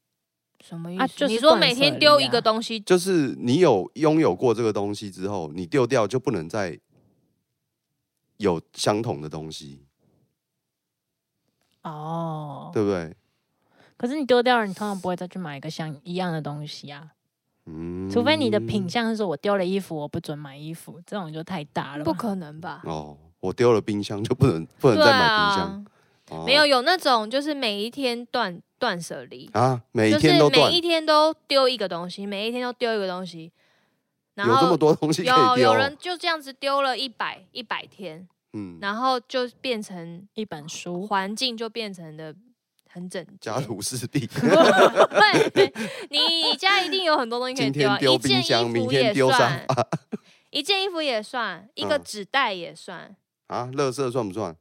Speaker 3: [laughs] 什么意
Speaker 2: 啊就是
Speaker 3: 你说
Speaker 2: 断
Speaker 3: 每
Speaker 2: 舍
Speaker 3: 天
Speaker 2: 离
Speaker 3: 丢
Speaker 2: 啊
Speaker 3: 一个东西，
Speaker 1: 就是你有拥有过这个东西之后，你丢掉就不能再有相同的东西，
Speaker 2: 哦，
Speaker 1: 对不对？
Speaker 2: 可是你丢掉了，你通常不会再去买一个像一样的东西啊，
Speaker 1: 嗯
Speaker 2: 除非你的品相是说我丢了衣服，我不准买衣服，这种就太大了。
Speaker 3: 不，可能吧？
Speaker 1: 哦，我丢了冰箱就 [laughs] 不能不能
Speaker 3: 对
Speaker 1: 再买冰
Speaker 3: 啊
Speaker 1: 箱，，哦
Speaker 3: 没有有那种就是每一天断断舍离，
Speaker 1: 啊，每
Speaker 3: 就
Speaker 1: 天
Speaker 3: 是
Speaker 1: 都
Speaker 3: 每
Speaker 1: 断，
Speaker 3: 一天都丢一个东西，每一天都丢一个东西，然
Speaker 1: 有这么
Speaker 3: 后
Speaker 1: 多东西可
Speaker 3: 有
Speaker 1: 以丢
Speaker 3: 有，人就这样子丢了一百一百天，
Speaker 1: 嗯，
Speaker 3: 然后就变成
Speaker 2: 一本书，
Speaker 3: 环境就变成的很整洁。
Speaker 1: 家徒四
Speaker 3: [laughs]
Speaker 1: 壁，
Speaker 3: 对，你家一定有很多东西可
Speaker 1: 今
Speaker 3: 以丢、
Speaker 1: 天
Speaker 3: 啊，
Speaker 1: 丢
Speaker 3: 一
Speaker 1: 冰
Speaker 3: 件
Speaker 1: 箱，
Speaker 3: 衣
Speaker 1: 明
Speaker 3: 服
Speaker 1: 天
Speaker 3: 也
Speaker 1: 丢沙
Speaker 3: 算，
Speaker 1: 发
Speaker 3: 一件衣服也算，一个
Speaker 1: 嗯
Speaker 3: 纸袋也算，
Speaker 1: 啊，垃圾算不算？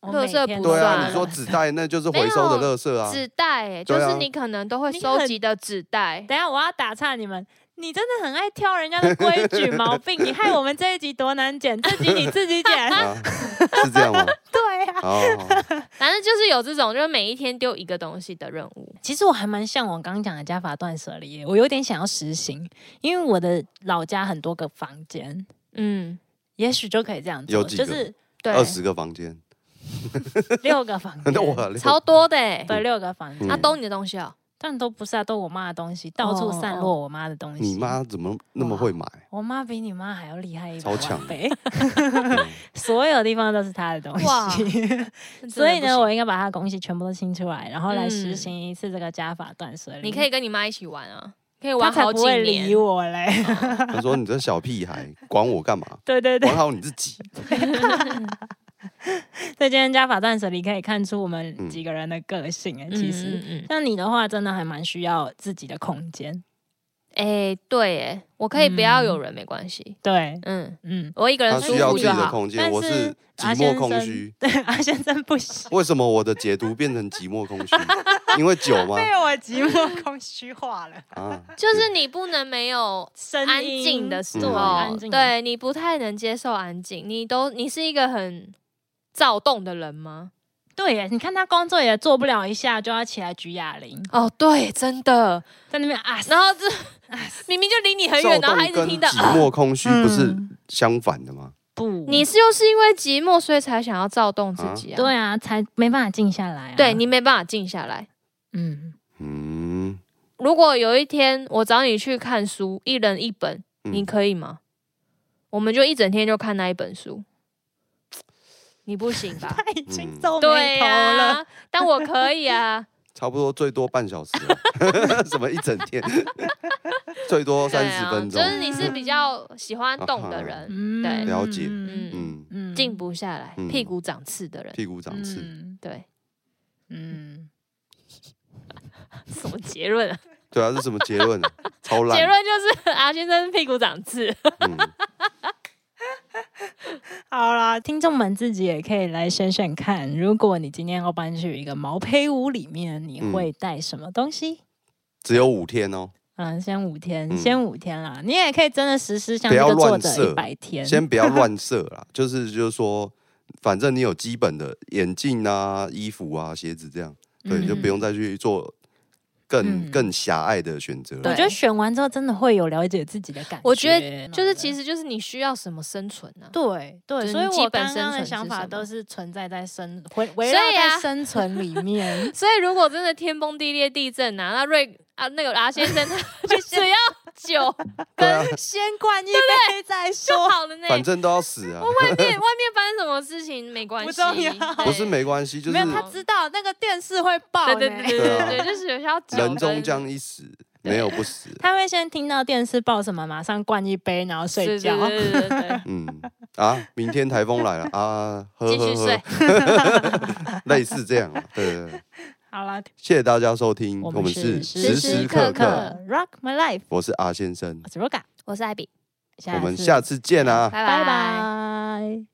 Speaker 2: 我
Speaker 3: 垃
Speaker 2: 每
Speaker 3: 圾
Speaker 2: 天
Speaker 3: 不
Speaker 2: 都
Speaker 1: 对啊，
Speaker 3: 算
Speaker 1: 你说纸袋那就是回收的垃圾啊，
Speaker 3: 纸袋、欸、就
Speaker 1: 对啊
Speaker 3: 是你可能都会
Speaker 2: 你
Speaker 3: 收
Speaker 2: 很
Speaker 3: 集的纸袋。
Speaker 2: 等一下我要打岔你们。你真的很爱挑人家的规矩毛病，你害我们这一集多难剪，这集你自己 [laughs] 剪。
Speaker 1: 啊，是这样吗？
Speaker 2: 对啊，
Speaker 1: 哦，
Speaker 3: 反正就是有这种，就是每一天丢一个东西的任务。
Speaker 2: 其实我还蛮向往刚刚讲的加法断舍离耶，我有点想要实行，因为我的老家很多个房间，
Speaker 3: 嗯，
Speaker 2: 也许就可以这样
Speaker 1: 有
Speaker 2: 做，
Speaker 1: 几个
Speaker 2: 就是
Speaker 3: 对，
Speaker 1: 二十个房间， [laughs]
Speaker 2: 六个房间，
Speaker 1: 那我六
Speaker 3: 超多的、欸。
Speaker 1: [laughs]
Speaker 2: 对六个房间
Speaker 1: 嗯
Speaker 3: 啊，，都你的东西哦。
Speaker 2: 但都不是啊，都我妈的东西，到处散落我妈的东西。
Speaker 1: 哦你妈怎么那么会买？
Speaker 2: 我妈比你妈还要厉害一
Speaker 1: 超强
Speaker 2: 百倍， [laughs]
Speaker 1: 嗯
Speaker 2: 所有地方都是她的东
Speaker 3: 哇
Speaker 2: 西。所以呢，我应该把她的东西全部都清出来，然后来实行一次这个加法断舍离。
Speaker 3: 你可以跟你妈一起玩啊，可以
Speaker 2: 她
Speaker 3: 玩
Speaker 2: 才
Speaker 3: 好
Speaker 2: 不
Speaker 3: 几
Speaker 2: 会理
Speaker 3: 年。
Speaker 2: 我嘞。 [laughs]
Speaker 1: 她说你这小屁
Speaker 3: [laughs]
Speaker 1: 孩，管我干嘛？
Speaker 2: 对对对
Speaker 1: 管，好你自己。
Speaker 2: 所以今天加法断舍离可以看出我们
Speaker 1: 嗯
Speaker 2: 几个人的个性哎、
Speaker 3: 嗯
Speaker 2: 其实。
Speaker 3: 嗯嗯，
Speaker 2: 像你的话，真的还蛮需要自己的空间。
Speaker 3: 哎、对，哎，我可以不要有人、没关系。
Speaker 2: 对，
Speaker 3: 嗯，
Speaker 2: 嗯，
Speaker 3: 我一个人
Speaker 1: 他
Speaker 3: 舒
Speaker 1: 需要
Speaker 3: 服
Speaker 1: 自己
Speaker 3: 就
Speaker 1: 的
Speaker 3: 好。啊
Speaker 1: 空间，
Speaker 2: 但
Speaker 1: 我
Speaker 2: 是
Speaker 1: 是
Speaker 2: 阿
Speaker 1: 寂
Speaker 2: 先
Speaker 1: 寞
Speaker 2: 生
Speaker 1: 空虚。
Speaker 2: [laughs] 对，阿先生不行，
Speaker 1: 为什么我的解读变成寂寞空虚？因为酒吗？
Speaker 3: 啊
Speaker 2: 被我寂寞空虚化了。
Speaker 1: 啊，
Speaker 3: 就是你不能没有
Speaker 2: 声
Speaker 3: 安
Speaker 2: 音
Speaker 3: 哦静的时
Speaker 1: 嗯
Speaker 3: 候，
Speaker 2: 安静
Speaker 3: 对你不太能接受安静。你都你是一个很躁动的人吗？
Speaker 2: 对耶，你看他工作也做不了一下，就要起来举哑铃，
Speaker 3: 哦，对，真的。哎
Speaker 2: 在那边啊，
Speaker 3: [laughs] 然 [laughs] 后这明明就离你很
Speaker 1: 躁
Speaker 3: 远，然后
Speaker 1: 动
Speaker 3: 还一直
Speaker 1: 跟
Speaker 3: 听到。
Speaker 1: 寂寞空虚不是
Speaker 2: 嗯
Speaker 1: 相反的吗？
Speaker 2: 不，
Speaker 3: [laughs] 你是又是因为寂寞，所以才想要躁动自己啊？
Speaker 2: 对啊，才没办法静下来、啊。
Speaker 3: 对你没办法静下来。
Speaker 2: 嗯，
Speaker 1: 嗯，
Speaker 3: 如果有一天我找你去看书，一人一本，
Speaker 1: 嗯
Speaker 3: 你可以吗？我们就一整天就看那一本书。你不
Speaker 2: [laughs]
Speaker 3: 行
Speaker 2: [laughs]
Speaker 3: 吧？
Speaker 2: 他已
Speaker 1: 嗯
Speaker 2: 经皱
Speaker 3: 对啊
Speaker 2: 眉头
Speaker 3: 呀、
Speaker 2: 了，
Speaker 3: 但我可以啊。
Speaker 2: [laughs]
Speaker 1: 差不多最多半小时了，
Speaker 3: [laughs]
Speaker 1: 什么一整天， [laughs] 最多
Speaker 3: 对
Speaker 1: 三十分钟
Speaker 3: 啊。。就是你是比较喜欢动的人，
Speaker 2: 嗯
Speaker 3: 对
Speaker 1: 了解
Speaker 2: 嗯
Speaker 1: 嗯，
Speaker 2: 嗯
Speaker 3: 静不下来，
Speaker 1: 嗯
Speaker 3: 屁股长刺的人。
Speaker 1: 屁股长刺，
Speaker 2: 嗯
Speaker 3: 对，
Speaker 2: 嗯，
Speaker 3: 什么结论啊？
Speaker 1: 对啊，是什么结论
Speaker 3: [laughs]
Speaker 1: 啊？超 [laughs] 烂。
Speaker 3: 结论就是啊阿先生屁股长刺。
Speaker 1: 嗯，
Speaker 2: 好啦，听众们自己也可以来选选看，如果你今天要搬去一个毛坯屋里面，你
Speaker 1: 嗯
Speaker 2: 会带什么东西？
Speaker 1: 只有五天哦，
Speaker 2: 嗯，先五天，
Speaker 1: 嗯
Speaker 2: 先五天啦。你也可以真的实施像
Speaker 1: 不
Speaker 2: 这
Speaker 1: 要
Speaker 2: 个作
Speaker 1: 乱
Speaker 2: 者
Speaker 1: 设
Speaker 2: 一百天，
Speaker 1: 先不要乱射啦， [laughs] 就是就是说，反正你有基本的眼镜啊、衣服啊、鞋子这样，对，
Speaker 2: 嗯
Speaker 1: 就不用再去做更
Speaker 2: 嗯
Speaker 1: 更狭隘的选择了。
Speaker 2: 我觉得选完之后真的会有了解自己的感觉。
Speaker 3: 我觉得就是其
Speaker 2: 实
Speaker 3: 实就是你需要什么生存啊呢、
Speaker 2: 对对，
Speaker 3: 就是
Speaker 2: 所以
Speaker 3: 你
Speaker 2: 我
Speaker 3: 基本
Speaker 2: 刚刚
Speaker 3: 生存
Speaker 2: 的
Speaker 3: 是
Speaker 2: 想
Speaker 3: 什
Speaker 2: 法
Speaker 3: 么
Speaker 2: 都是存在在生围围
Speaker 3: 所
Speaker 2: 绕
Speaker 3: 以啊。
Speaker 2: 在生存里面
Speaker 3: 所以如果真的天崩地裂、地震啊，那瑞啊那个阿先
Speaker 2: [laughs]
Speaker 3: 生他就只要酒
Speaker 1: 对 [laughs] 啊，
Speaker 2: 先灌一杯再
Speaker 3: 就
Speaker 2: 说，
Speaker 3: 好了呢。
Speaker 1: 反正都要死啊，
Speaker 3: 外面外面发生什么事情没关系，
Speaker 2: 不重要
Speaker 3: 对
Speaker 1: 不是没关系，就是
Speaker 2: 没有他知道那个电视会爆
Speaker 3: 对
Speaker 2: 呢，
Speaker 3: 对对对
Speaker 1: 对啊
Speaker 3: 对对，就是有些要酒
Speaker 1: 人终
Speaker 3: 跟
Speaker 1: 将一死，没有不死。
Speaker 2: 他会先听到电视报什么，马上灌一杯，然后睡觉。
Speaker 3: 对对对对对对
Speaker 1: 嗯啊，明天台风来了啊，呵
Speaker 3: 继续
Speaker 1: 呵
Speaker 3: 睡
Speaker 1: 呵，。 [laughs] 类似这样啊。对对对，
Speaker 2: 好了，
Speaker 1: 谢谢大家收听，
Speaker 2: 我
Speaker 1: 我
Speaker 2: 们
Speaker 1: 们是时
Speaker 2: 是
Speaker 3: 时
Speaker 1: 时刻
Speaker 3: 刻刻
Speaker 1: 刻，
Speaker 2: Rock My Life，
Speaker 1: 我是阿先生，
Speaker 2: 我是 Roga，
Speaker 3: 我是艾比，
Speaker 1: 我们下次见啊。
Speaker 3: 拜
Speaker 2: 拜拜。